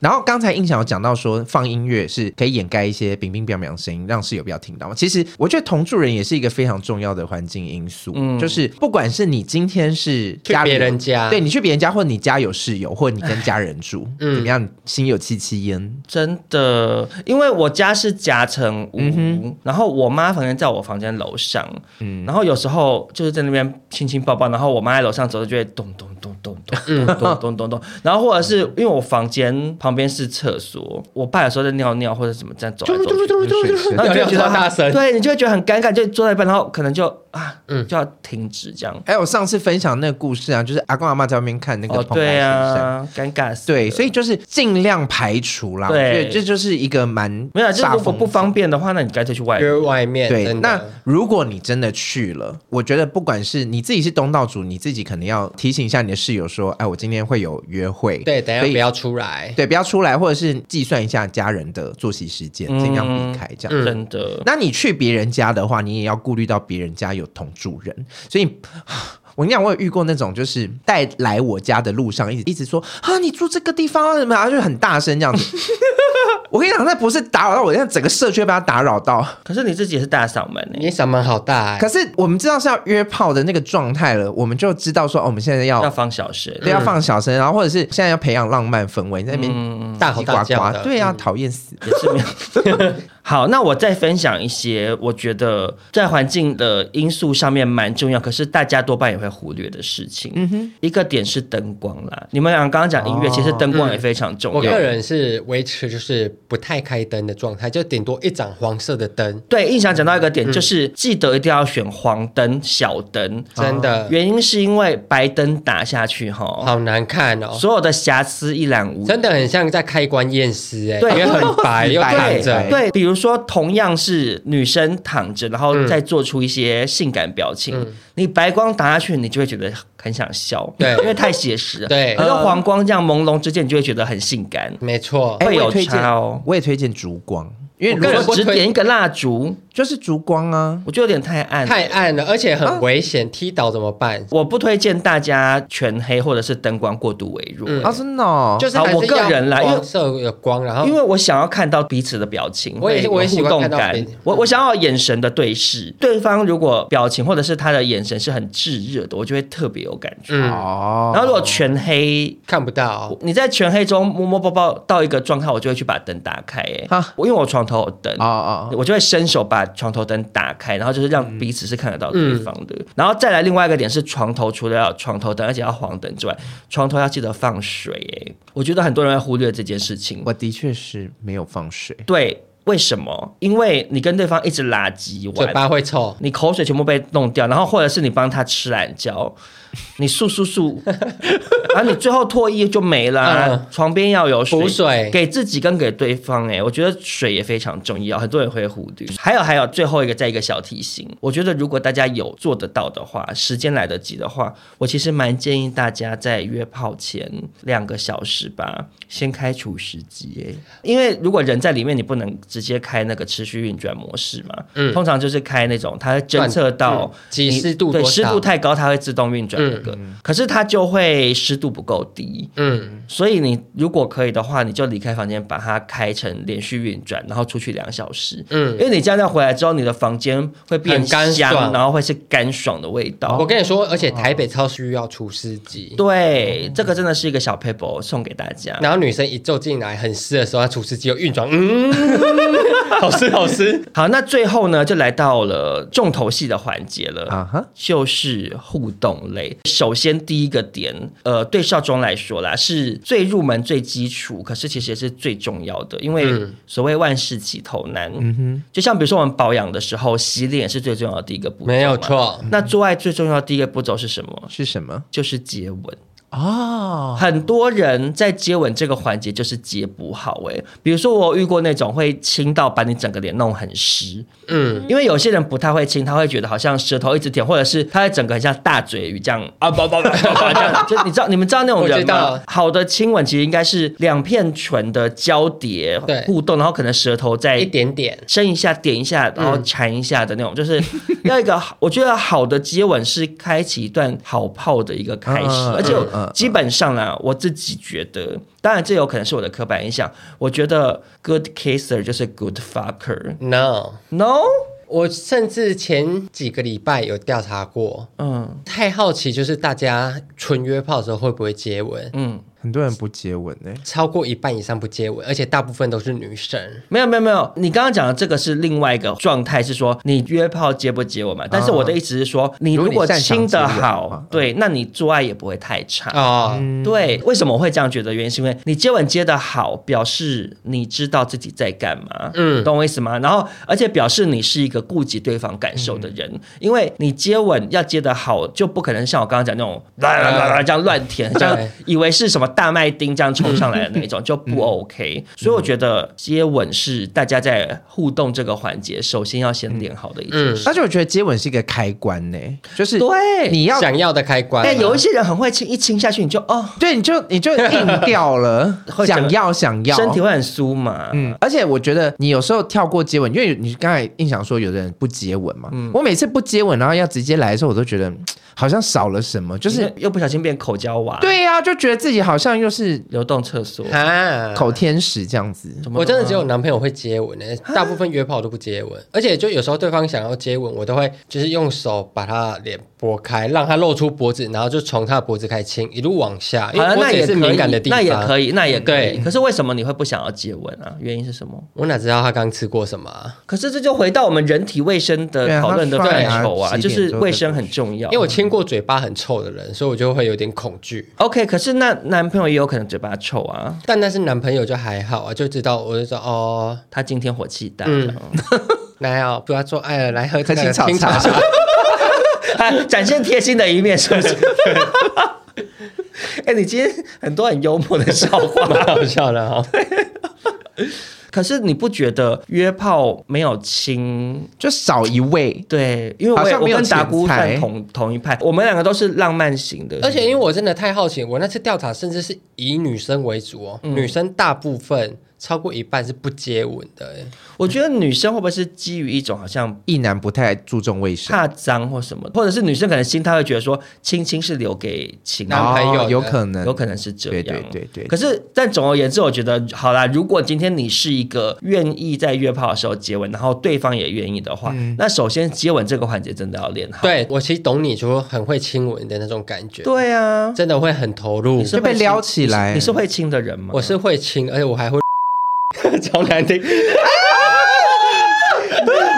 然后刚才印象有讲到说，放音乐是可以掩盖一些冰冰冰冰的声音，让室友不要听到嘛。其实我觉得同住人也是一个非常重要的环境因素，
嗯
就是不管是你今天是
去
家里
别
有
人家
对你去别人家，或你家有室友，或你跟家人住，
嗯
怎么样，心有戚戚焉。
真的，因为我家是夹层屋，
嗯
然后我妈房间在我房间楼上，
嗯
然后有时候就是在那边亲亲抱抱，然后我妈在楼上走，就会咚咚咚咚咚
嗯
咚咚咚咚咚，然后或者是因为我房间旁边是厕所，我爸有时候在尿尿或者什么这样走来走去。
水声
然后你就会觉得
要聊大声
对你就会觉得很尴尬，就坐在一半，然后可能就啊，就要停止这样。
哎，我上次分享那个故事啊，就是阿公阿妈在外面看那个
哦，
蓬莱
对
雪山，
啊，尴尬死了。
对，所以就是尽量排除啦。
对
我觉得这就是一个蛮
没有啊，就是
大
如果
风
不方便的话，那你干脆去外面
约外面。
对，
真的
那如果你真的去了，我觉得不管是你自己是东道主，你自己可能要提醒一下你的室友说，哎，我今天会有约会，
对，等一下
所以
不要出来。
对不要出来，或者是计算一下家人的作息时间，尽量
嗯
避开这样。
真的。
那你去别人家的话，你也要顾虑到别人家有同住人，所以。 我跟你讲，我有遇过那种，就是带来我家的路上，一直一直说啊，你住这个地方啊什么啊，就很大声这样子。我跟你讲，那不是打扰到我，那整个社区被他打扰到。
可是你自己也是大嗓门
你
呢，
嗓门好大、欸
可，是我们知道是要约炮的那个状态了，我们就知道说，哦，我们现在要
要放小声。
对要放小声，然后或者是现在要培养浪漫氛围，在那边
嗯大吼
叽
大
呱
叫的嗯
呱，对啊，讨厌死。
也是没有。 好，那我再分享一些我觉得在环境的因素上面蛮重要，可是大家多半也会忽略的事情。嗯哼，一个点是灯光啦，你们俩刚刚讲音乐，其实灯光也非常重
我
要。
个人是维持就是不太开灯的状态，就顶多一盏黄色的灯，
对，印象讲到一个点，就是记得一定要选黄灯、小灯。
哦
真的、
原因是因为白灯打下去哈，
好难看哦，
所有的瑕疵一览无遗。
真的很像在开棺验尸哎，
对
因为很白又
白
躺
对
着，
对，比如说同样是女生躺着，然
嗯
后再做出一些性感表情，你白光打下去，你就会觉得很想笑，
对
因为太写实了。
对
可是黄光这样朦胧之间，你就会觉得很性感。
没错，
会
哎我
有
也推荐
差哦
我也推荐烛光，因为
我
如
个人
果
如
不
果只
推
点一个蜡烛，
就是烛光啊，
我觉得有点太暗。
太暗了，而且
嗯
很危险，踢倒怎么办？
我不推荐大家全黑或者是灯光过度微弱，
嗯
啊真的哦，
就是
好
还是
我个
要
人啦因为
黄色有光，然后
因为我想要看到彼此的表情，
我也
会有
我也喜
互
欢
动
看到
感
别人，
我我想要眼神的对视，对方如果表情或者是他的眼神是很炙热的，我就会特别有感觉。
嗯
哦，
然后如果全黑，
看不到，
你在全黑中摸摸抱抱到一个状态，我就会去把灯打开、欸，哎
啊，
因为我床头有灯
哦哦，哦
我就会伸手把床头灯打开，然后就是让彼此是看得到对方的。
嗯
然后再来另外一个点是，床头除了要有床头灯，而且要黄灯之外，床头要记得放水、欸。我觉得很多人会忽略这件事情。
我的确是没有放水，
对，为什么？因为你跟对方一直垃圾
嘴
玩，
巴会臭。
你口水全部被弄掉，然后或者是你帮他吃懒觉， 你漱漱漱，然后你最后唾液就没了啊、
嗯
床边要有水，
补水
给自己跟给对方、欸。哎，我觉得水也非常重要，很多人会忽略。还有还有，最后一个再一个小提醒，我觉得如果大家有做得到的话，时间来得及的话，我其实蛮建议大家在约炮前两个小时吧，先开除时机、欸，因为如果人在里面，你不能直接开那个持续运转模式嘛，
嗯
通常就是开那种它会侦测到
嗯几
你
湿度
对
多嗯
湿
少
度太高，它会自动运转那个，可是它就会湿度不够低，
嗯，
所以你如果可以的话，你就离开房间，把它开成连续运转，然后出去两小时。
嗯
嗯，因为你这样再回来之后，你的房间会变
很干
香，
爽
然后会是干爽的味道。
我跟你说，而且台北超需要除湿机。
对，啊这个真的是一个小 paper 送给大家。
然后女生一皱进来很湿的时候，她除湿机有运转，嗯， 好湿好 湿。
好，那最后呢，就来到了重头戏的环节了。
啊哈，
就是互动类。首先第一个点，呃，对少中来说啦，是最入门、最基础，可是其实也是最重要的，因为
嗯
所谓万事起头难。嗯哼，就像比如说我们保养的时候，洗脸是最重要的第一个步骤，
没有。错，
那做爱最重要的第一个步骤是什么？
是什么？
就是接吻。
哦，
很多人在接吻这个环节就是接不好哎、比如说我有遇过那种会亲到把你整个脸弄很湿，
嗯，
因为有些人不太会亲，他会觉得好像舌头一直舔，或者是他会整个很像大嘴鱼这样啊，叭叭叭叭叭这样， 就你知道你们知道那种
我
人
知道
吗？好的亲吻其实应该是两片唇的交叠
对
互动，然后可能舌头在
一点点，
伸一下、点一下，
嗯
然后缠一下的那种，就是 要一个好，我觉得好的接吻是开启一段好泡的一个开始，
嗯嗯
而且
嗯嗯
基本上啦，我自己觉得，当然这有可能是我的刻板印象，我觉得 good kisser 就是 good fucker。
No，
No，
我甚至前几个礼拜有调查过，
嗯
太好奇就是大家纯约炮的时候会不会接吻？
嗯，
很多人不接吻欸呢、
超过一半以上不接吻，而且大部分都是女生。
没有没有没有，你刚刚讲的这个是另外一个状态，是说你约炮接不接吻嘛？但是我的意思是说，你如
如
果
果你擅长
亲
接嗯
的
吻的
好
话，
对，那你做爱也不会太差。
哦，
对，为什么我会这样觉得？原因是因为你接吻接的好，表示你知道自己在干嘛，
嗯
嗯，懂我意思吗？然后，而且表示你是一个顾及对方感受的人，因为你接吻要接的好，就不可能像我刚刚讲那种啦啦啦啦这样乱舔，这样以为是什么大麦丁这样冲上来的那种，就不 OK。所以我觉得接吻是大家在互动这个环节，首先要先练好的一件
嗯
事。
而且我觉得接吻是一个开关呢、欸就是
对
你要
想要的开关。
但有一些人很会亲，一亲下去你就哦，
对你就你就硬掉了
会，整
想
个
要想要
身体会很酥嘛，
嗯，而且我觉得你有时候跳过接吻，因为你刚才硬想说有的人不接吻嘛，我每次不接吻，然后要直接来的时候，我都觉得嗯好像少了什么，就
就是是又不小心变口交娃。
对呀、就觉得自己好像又是
流动厕所。
啊，
口天使这样子。
怎么嗯
我真的只有男朋友会接吻呢、欸
啊
大部分约炮都不接吻，而且就有时候对方想要接吻，我都会就是用手把他脸拨开，让他露出脖子，然后就从他的脖子开始亲，一路往下，因
好
为
了，
脖
那
子也
也
是
可
敏感的
以，
地方。
那也可以，那也可以。
对
可是为什么你会不想要接吻啊？原因是什么？
我哪知道他刚吃过什么啊、
可是这就回到我们人体卫生
对
的
啊
讨论的
它
范
刷牙
畴啊，
洗
就
脸
是
之后
卫
再
生很重要。啊
因为我亲过嘴巴很臭的人，所以我就会有点恐惧。
OK，可是那男朋友也有可能嘴巴臭啊，
但那是男朋友就还好啊，就知道我就说哦，
他今天火气大。
嗯 来啊，不要做爱了，来喝这个
喝清草
清
茶
茶茶。
啊，展现贴心的一面，是不 是？哎、你今天很多很幽默的笑话。
蛮好笑的哈、哦。
可是你不觉得约炮没有亲？
就少一位，
对，因为
好
我也
像
我
没有
跟达姑
剪裁
算同同一派，我们两个都是浪漫型的，
而且因为我真的太好奇，我那次调查甚至是以女生为主哦，
嗯
女生大部分超过一半是不接吻的欸。
我觉得女生会不会是基于一种好像
一男不太注重卫生，
怕脏或什么，或者是女生可能心态会觉得说亲亲是留给情人
男朋友
哦
的
有可能，
有可能是这样，
对对对对
可是，但总而言之，我觉得好啦，如果今天你是一个愿意在约炮的时候接吻，然后对方也愿意的话，那首先接吻这个环节真的要练好。
对我其实懂你，就很会亲吻的那种感觉，
对啊，
真的会很投入
你。是
就被撩起来。
你是会亲的人吗？
我是会亲，而且我还会 超难听。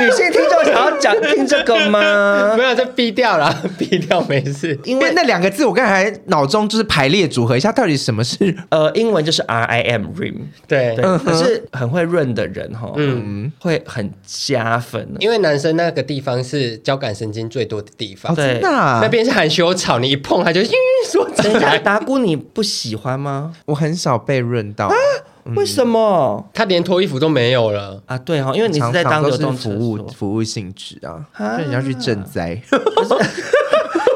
女性听众想要讲听这个吗？
没有，这逼掉了，逼掉没事。
因
因
为
为那两个字，我刚才脑中就是排列组合一下，到底什么是
呃，英文就是 R I M rim，
对，
对，
嗯
可是很会润的人哈，嗯，会很加分。
因为男生那个地方是交感神经最多的地方，
哦，
对
真的啊、
那边是含羞草，你一碰它就 说
等
真
一下，
的。
达姑你不喜欢吗？
我很少被润到，嗯
为什么？
他连脱衣服都没有了，
啊，对哈，因为你是在当
常常
流
都
动
是服
厕
务
所
服务性质啊，所以你要去赈灾。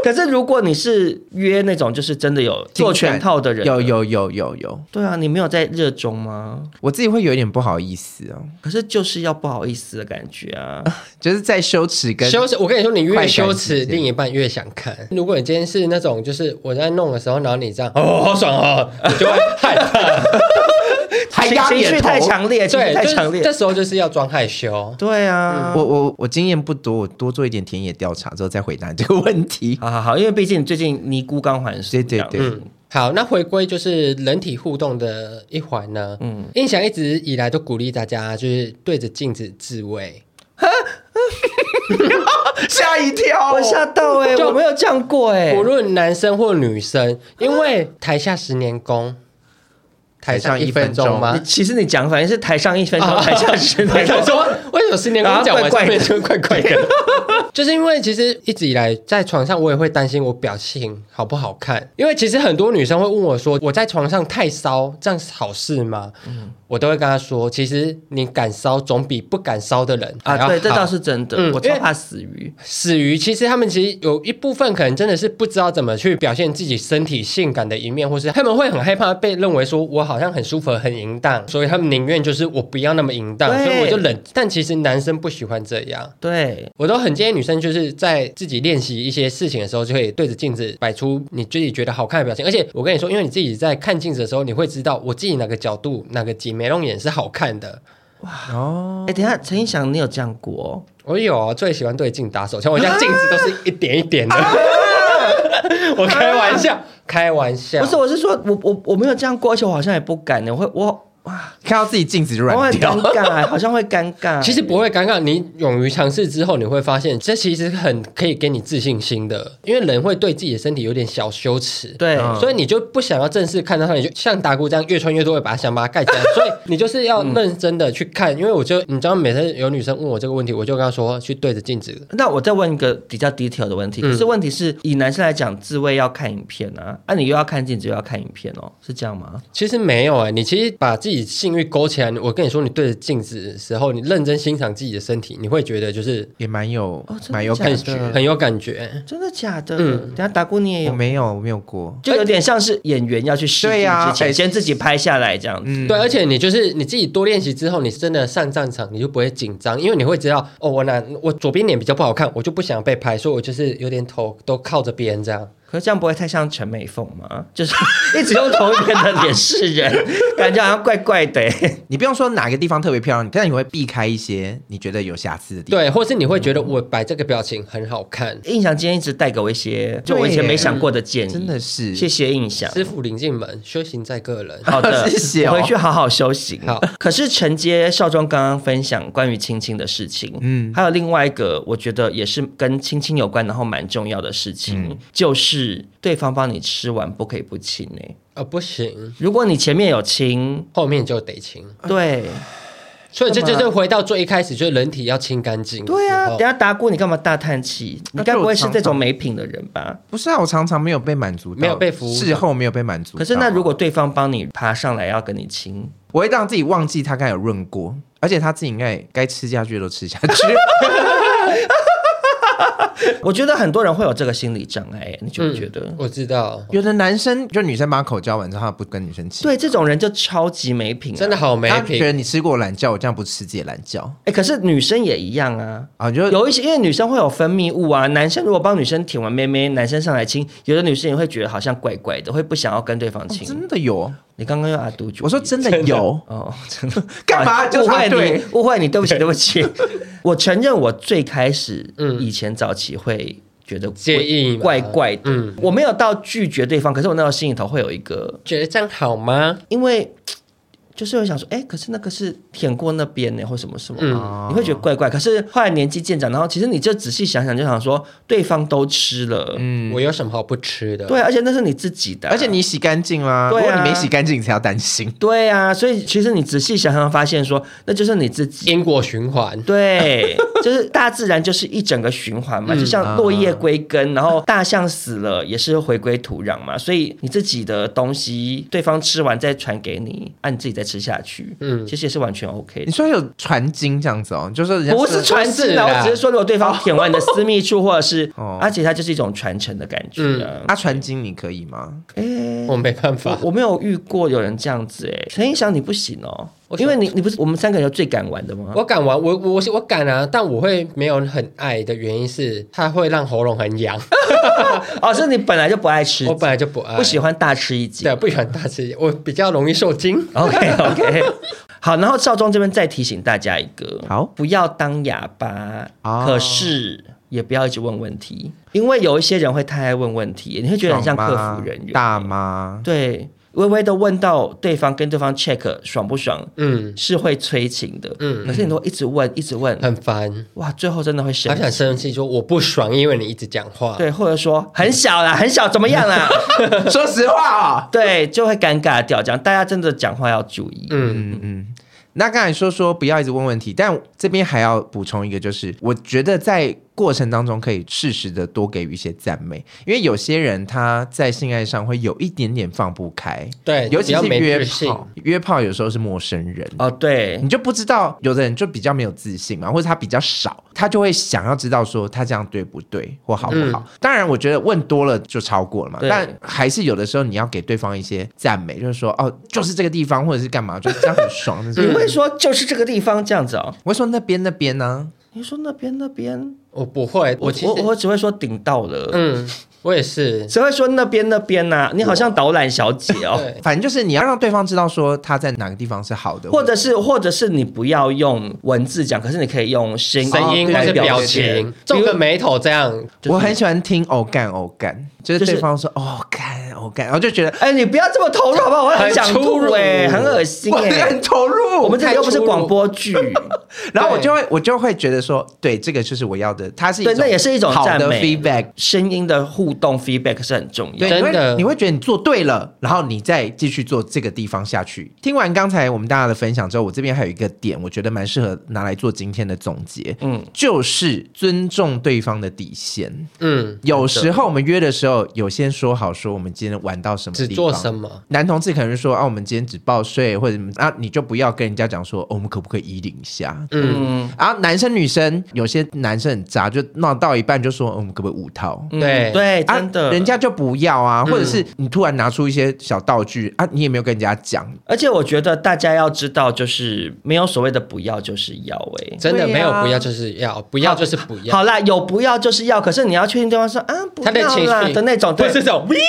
可是如果你是约那种就是真的有做全套的人，
有，有有有有，
对啊，你没有在热衷吗？
我自己会有一点不好意思哦，
可是就是要不好意思的感觉啊，
就是在羞耻跟
羞耻。我跟你说，你
快
越
感
羞耻，
之间
另一半越想看。如果你今天是那种，就是我在弄的时候，然后你这样，哦，好爽哦，你就会害 怕。
还
情
压
情绪
扁头
太强烈，情绪
对，
太
就是
强
这
烈，
时候就是要装害羞。
对啊，
我我我经验不多，我多做一点田野调查之后再回答你这个问题。
好好好，因为毕竟最近尼姑刚还俗，
对对
这样
对
嗯
好，那回归就是人体互动的一环呢。嗯，印象一直以来都鼓励大家就是对着镜子自慰，
吓一 跳
我吓到哎、
就
我没有这样过哎、
无论男生或女生，因为台下十年功，台上一分钟吗
你？其实你讲反正是台上一分钟，
啊
台下十
我
年
想
钟。
说，为什么十年功讲完
啊怪怪的
就怪怪的？ 就是因为其实一直以来在床上，我也会担心我表情好不好看，因为其实很多女生会问我说，我在床上太骚，这样好事吗？
嗯
我都会跟她说，其实你敢骚总比不敢骚的人还要
啊，对，这
好
倒是真的，
嗯
我
因
超
为
怕死鱼。
死鱼，其实他们其实有一部分可能真的是不知道怎么去表现自己身体性感的一面，或是他们会很害怕被认为说我好像很舒服、很淫荡，所以他们宁愿就是我不要那么淫荡，
对
所以我就忍。但其实男生不喜欢这样。
对，
我都很建议女生就是在自己练习一些事情的时候，就可以对着镜子摆出你自己觉得好看的表情。而且我跟你说，因为你自己在看镜子的时候，你会知道我自己哪个角度、哪个挤眉弄眼是好看的。哦
哎，等一下，陈意翔，你有这样过哦？
我有啊，最喜欢对镜打手枪，我家镜子都是一点一点的。
啊
我开玩笑，开玩笑，
不是，我是说我我我没有这样过，而且我好像也不敢欸呢，我会我
看到自己镜子就
我会
软掉
尴。尬， 好像会尴尬。
其实不会尴尬，你勇于尝试之后，你会发现这其实很可以给你自信心的，因为人会对自己的身体有点小羞耻，
对
所以你就不想要正式看到它，你就像达姑这样越穿越多，会把它想把它盖起来，所以你就是要认真的去看，因为我就你知道，每次有女生问我这个问题，我就跟她说去对着镜子
那我再问一个比较 detail 的问
嗯
题，可是问题是、以男生来讲，自慰要看影片啊，啊，你又要看镜子又要看影片哦，是这样吗？
其实没有哎、你其实把自己性欲勾起来，我跟你说，你对着镜子的时候，你认真欣赏自己的身体，你会觉得就是
也蛮有
哦真的
蛮有
假
感
的
很
觉。
很有感觉。
真的假的？
嗯
等下达姑你也
我
有，
没有，我没有过。
就有点像是演员要去试镜
哎对啊
之前、
哎嗯
先自己拍下来这样子。
对，而且你就是你自己多练习之后，你真的上战场，你就不会紧张，因为你会知道，哦，我哪我左边脸比较不好看，我就不想被拍，所以我就是有点头都靠着别人这样。
可是这样不会太像陈美凤吗？就是 一直用同一边的脸示人，感觉好像怪怪的、欸。
你不用说哪个地方特别漂亮，但是你会避开一些你觉得有瑕疵的地方。
对，或是你会觉得
嗯
我摆这个表情很好看，
印象今天一直带给我一些就我以前没想过的建议，
真的是
谢谢印象。
师傅领进门，修行在个人。
好的，
谢谢哦
我回去好好修行。
好，
可是承接少庄刚刚分享关于亲亲的事情，嗯，还有另外一个我觉得也是跟亲亲有关，然后蛮重要的事情，
嗯
就是对方帮你吃完不可以不亲哎、
哦，不行，
如果你前面有亲，
后面就得亲。
对，
所以这
干
就
嘛
是回到最一开始，就是人体要清干净的时候。
对啊，等一下达姑，你干嘛大叹气？你
那
该
就
不会是
常
这种
常
没品的人吧？
不是啊，我常常没有被满足到，
没有被服务到
事后没有被满足到。
可是那如果对方帮你爬上来要跟你亲，
我会让自己忘记他刚有润过，而且他自己应该也该吃下去的都吃 下去。
我觉得很多人会有这个心理障碍，你觉不觉得？
嗯我知道，
有的男生就女生把口交完之后，他不跟女生亲，
对，这种人就超级没品、啊
真的。好没
他觉
品。
得你吃过我懒觉，我这样不吃自己的懒觉
哎、可是女生也一样啊。
啊，就
有一些，因为女生会有分泌物啊，男生如果帮女生舔完妹妹，男生上来亲，有的女生也会觉得好像怪怪的，会不想要跟对方亲。
哦真的有。
你刚刚用阿杜主义，
我说真的有，
哦，真的
干嘛
啊
就
误会
插队
你，误会你，对不起，对不起。我承认，我最开始，嗯，以前早期会觉得
介意嘛
怪怪的，
嗯
我没有到拒绝对方，可是我那时候心里头会有一个，
觉得这样好吗？
因为就是会想说，哎、可是那个是舔过那边呢，或什么什么，
嗯
你会觉得怪怪。可是后来年纪渐长，然后其实你就仔细想想，就想说，对方都吃了，嗯，
我有什么好不吃的？
对，啊而且那是你自己的啊、
而且你洗干净啦，
对啊
如果你没洗干净，你才要担心。
对啊，所以其实你仔细想想，发现说，那就是你自己。
因果循环。
对，就是大自然就是一整个循环嘛，就像落叶归根，然后大象死了也是回归土壤嘛，所以你自己的东西，对方吃完再传给你，按、你自己再吃下去，嗯，其实也是完全 OK
你
的。
说有传经这样子哦，就是人家
不是传
不
承的，
是啦
我只是说，如果对方舔完你的私密处，或者是，
哦
而且它就是一种传承的感觉啊。
他传经，你可以吗？
诶
我没办嗯法
我，我没有遇过有人这样子哎、陈映翔你不行哦，因为你你不是我们三个人最敢玩的吗？
我敢玩，我我我我敢啊，但我会没有很爱的原因是，它会让喉咙很痒。
哦，是你本来就不爱吃
我，本来就不爱，
不喜欢大吃一惊。
对，不喜欢大吃，我比较容易受惊。
OK OK，好，然后少庄这边再提醒大家一个，
好
不要当哑巴，
哦
可是也不要一直问问题，因为有一些人会太爱问问题，你会觉得很像客服人员。
大妈，
对，微微的问到对方跟对方 check 爽不爽，
嗯，
是会催情的。嗯，可是你都一直问一直问，
很烦，
哇，最后真的会生
好
气
想生气，说我不爽，因为你一直讲话。
对，或者说很小啦，很小怎么样啦？
说实话哦。
对，就会尴尬掉。这样大家真的讲话要注意。
嗯，
那刚才说说不要一直问问题，但这边还要补充一个，就是我觉得在过程当中可以适时的多给予一些赞美，因为有些人他在性爱上会有一点点放不开，
对
尤其
比较
是
没
约
自信
炮，约炮有时候是陌生人。
哦，对
你，就不知道，有的人就比较没有自信嘛，或者他比较少，他就会想要知道说他这样对不对或好不好。
嗯
当然，我觉得问多了就超过了嘛，
对
但还是有的时候你要给对方一些赞美，就是说哦，就是这个地方或者是干嘛，就是这样很爽。 就
你
是
会说就是这个地方这样子哦。
我会说那边那边啊呢、
你说那边那边，
我不会，
我
我其实
我我只会说顶到了，
嗯，我也是，
谁会说那边那边呐、你好像导览小姐哦，
嗯对，
反正就是你要让对方知道说他在哪个地方是好的，
或者是或者是你不要用文字讲，可是你可以用声音
声音
哦
或
来
是
对
表
表
情，
比
皱
如
个眉头这样，
就是
我很喜欢听偶干偶干，就是
就是
对方说哦干偶干，然后就觉得
哎，你不要这么投入好不好？我很想
很粗
吐
鲁
哎、很恶心
我
哎、
很投入，
我们这里又不是
太粗鲁
广播剧，
然后我就会我就会觉得说，对，这个就是我要的，它是一
对
种
那也是一种
好
赞
的
美
feedback。
声音的互动 feedback 是很重要
对，
的。
你
真的
会你会觉得你做对了，然后你再继续做这个地方下去。听完刚才我们大家的分享之后，我这边还有一个点，我觉得蛮适合拿来做今天的总结，嗯，就是尊重对方的底线。
嗯，
有时候我们约的时候，有先说好说我们今天玩到什么地
只
方，
做什么，
男同志可能说啊，我们今天只报税或者什么啊，你就不要跟人家讲说、哦我们可不可以移领一下？嗯，然后男生女生有些男生很渣，就闹到一半就说、哦我们可不可以五套？
对
嗯对，
啊
哎真的，
人家就不要啊，或者是你突然拿出一些小道具啊，你也没有跟人家讲，
而且我觉得大家要知道，就是没有所谓的不要就是要、哎，
真的
对啊
没有不要就是要，不要就是不要，
好啦，有不要就是要，可是你要确定对方说啊不
他的
要
情
啦
绪
的那种，
不
对
是这种不要，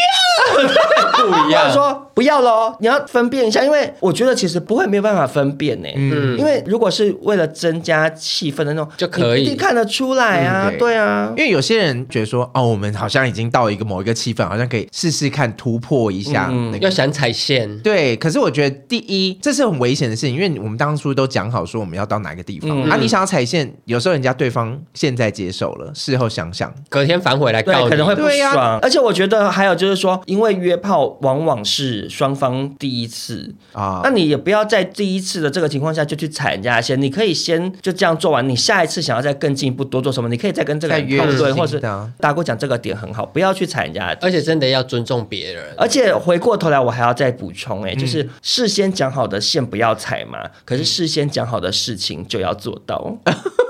不一
或者
样，
说不要喽，你要分辨一下，因为我觉得其实不会没有办法分辨呢、嗯，因为如果是为了增加气氛的那种，
就可以
你一定看得出来啊，
嗯对
对啊
因。为有些人觉得说哦，我们好像已经到一个某一个气氛，好像可以试试看突破一下那个
要想踩线，
对，可是我觉得第一，这是很危险的事情，因为我们当初都讲好说我们要到哪个地方、啊，你想要踩线，有时候人家对方现在接受了，事后想想，
隔天反悔来
对
告，你，
可能会不
对
爽、
啊
而且我觉得还有就是说，因为约炮往往是双方第一次，
啊
那，你也不要在第一次的这个情况下就去踩人家先，你可以先就这样做完，你下一次想要再更进一步多做什么，你可以再跟这个
再
人
约
讨
新的
论，或者是大姑讲这个点很好，不要去踩人家的点。
而且真的要尊重别人。
而且回过头来，我还要再补充、欸，哎、就是事先讲好的线不要踩嘛，可是事先讲好的事情就要做 到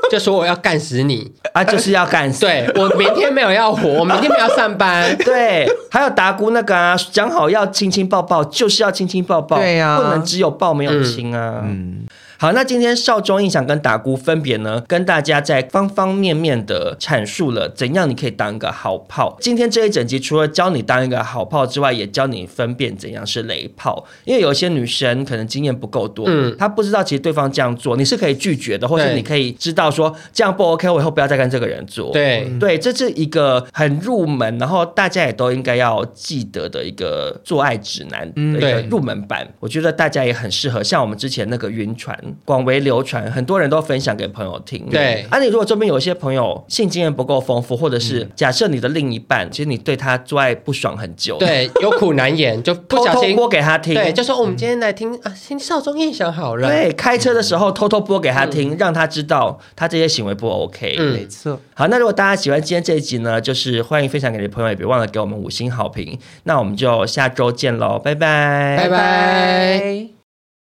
就说我要干死你，
啊，就是要干死。。
对我明天没有要活，我明天没有要上班
对，还有达姑那个啊，讲好要亲亲抱抱，就是要亲亲抱抱，
对啊
不能只有抱没有亲啊。嗯，好，那今天少中印象跟达姑分别呢，跟大家在方方面面的阐述了怎样你可以当一个好炮。今天这一整集除了教你当一个好炮之外，也教你分辨怎样是雷炮，因为有一些女生可能经验不够多，
嗯
她不知道其实对方这样做你是可以拒绝的，或是
对
你可以知道说这样不 OK，我以后不要再跟这个人做。
对，
对，这是一个很入门，然后大家也都应该要记得的一个做爱指南的一个
嗯对
入门版。我觉得大家也很适合，像我们之前那个晕船广为流传，很多人都分享给朋友听。
对
啊，你如果周边有一些朋友性经验不够丰富，或者
嗯
是假设你的另一半，其实你对他做爱不爽很久，，
对，有苦难言，就不
偷
小
偷
心
播给他听，
对，就说我们今天来听啊，听少中印象好了。
对，啊开车的时
嗯
候偷偷播给他听，让他知道他这些行为不 OK。
嗯
没错，
好，那如果大家喜欢今天这一集呢，就是欢迎分享给你的朋友，也别忘了给我们五星好评。那我们就下周见喽，拜拜，
拜拜。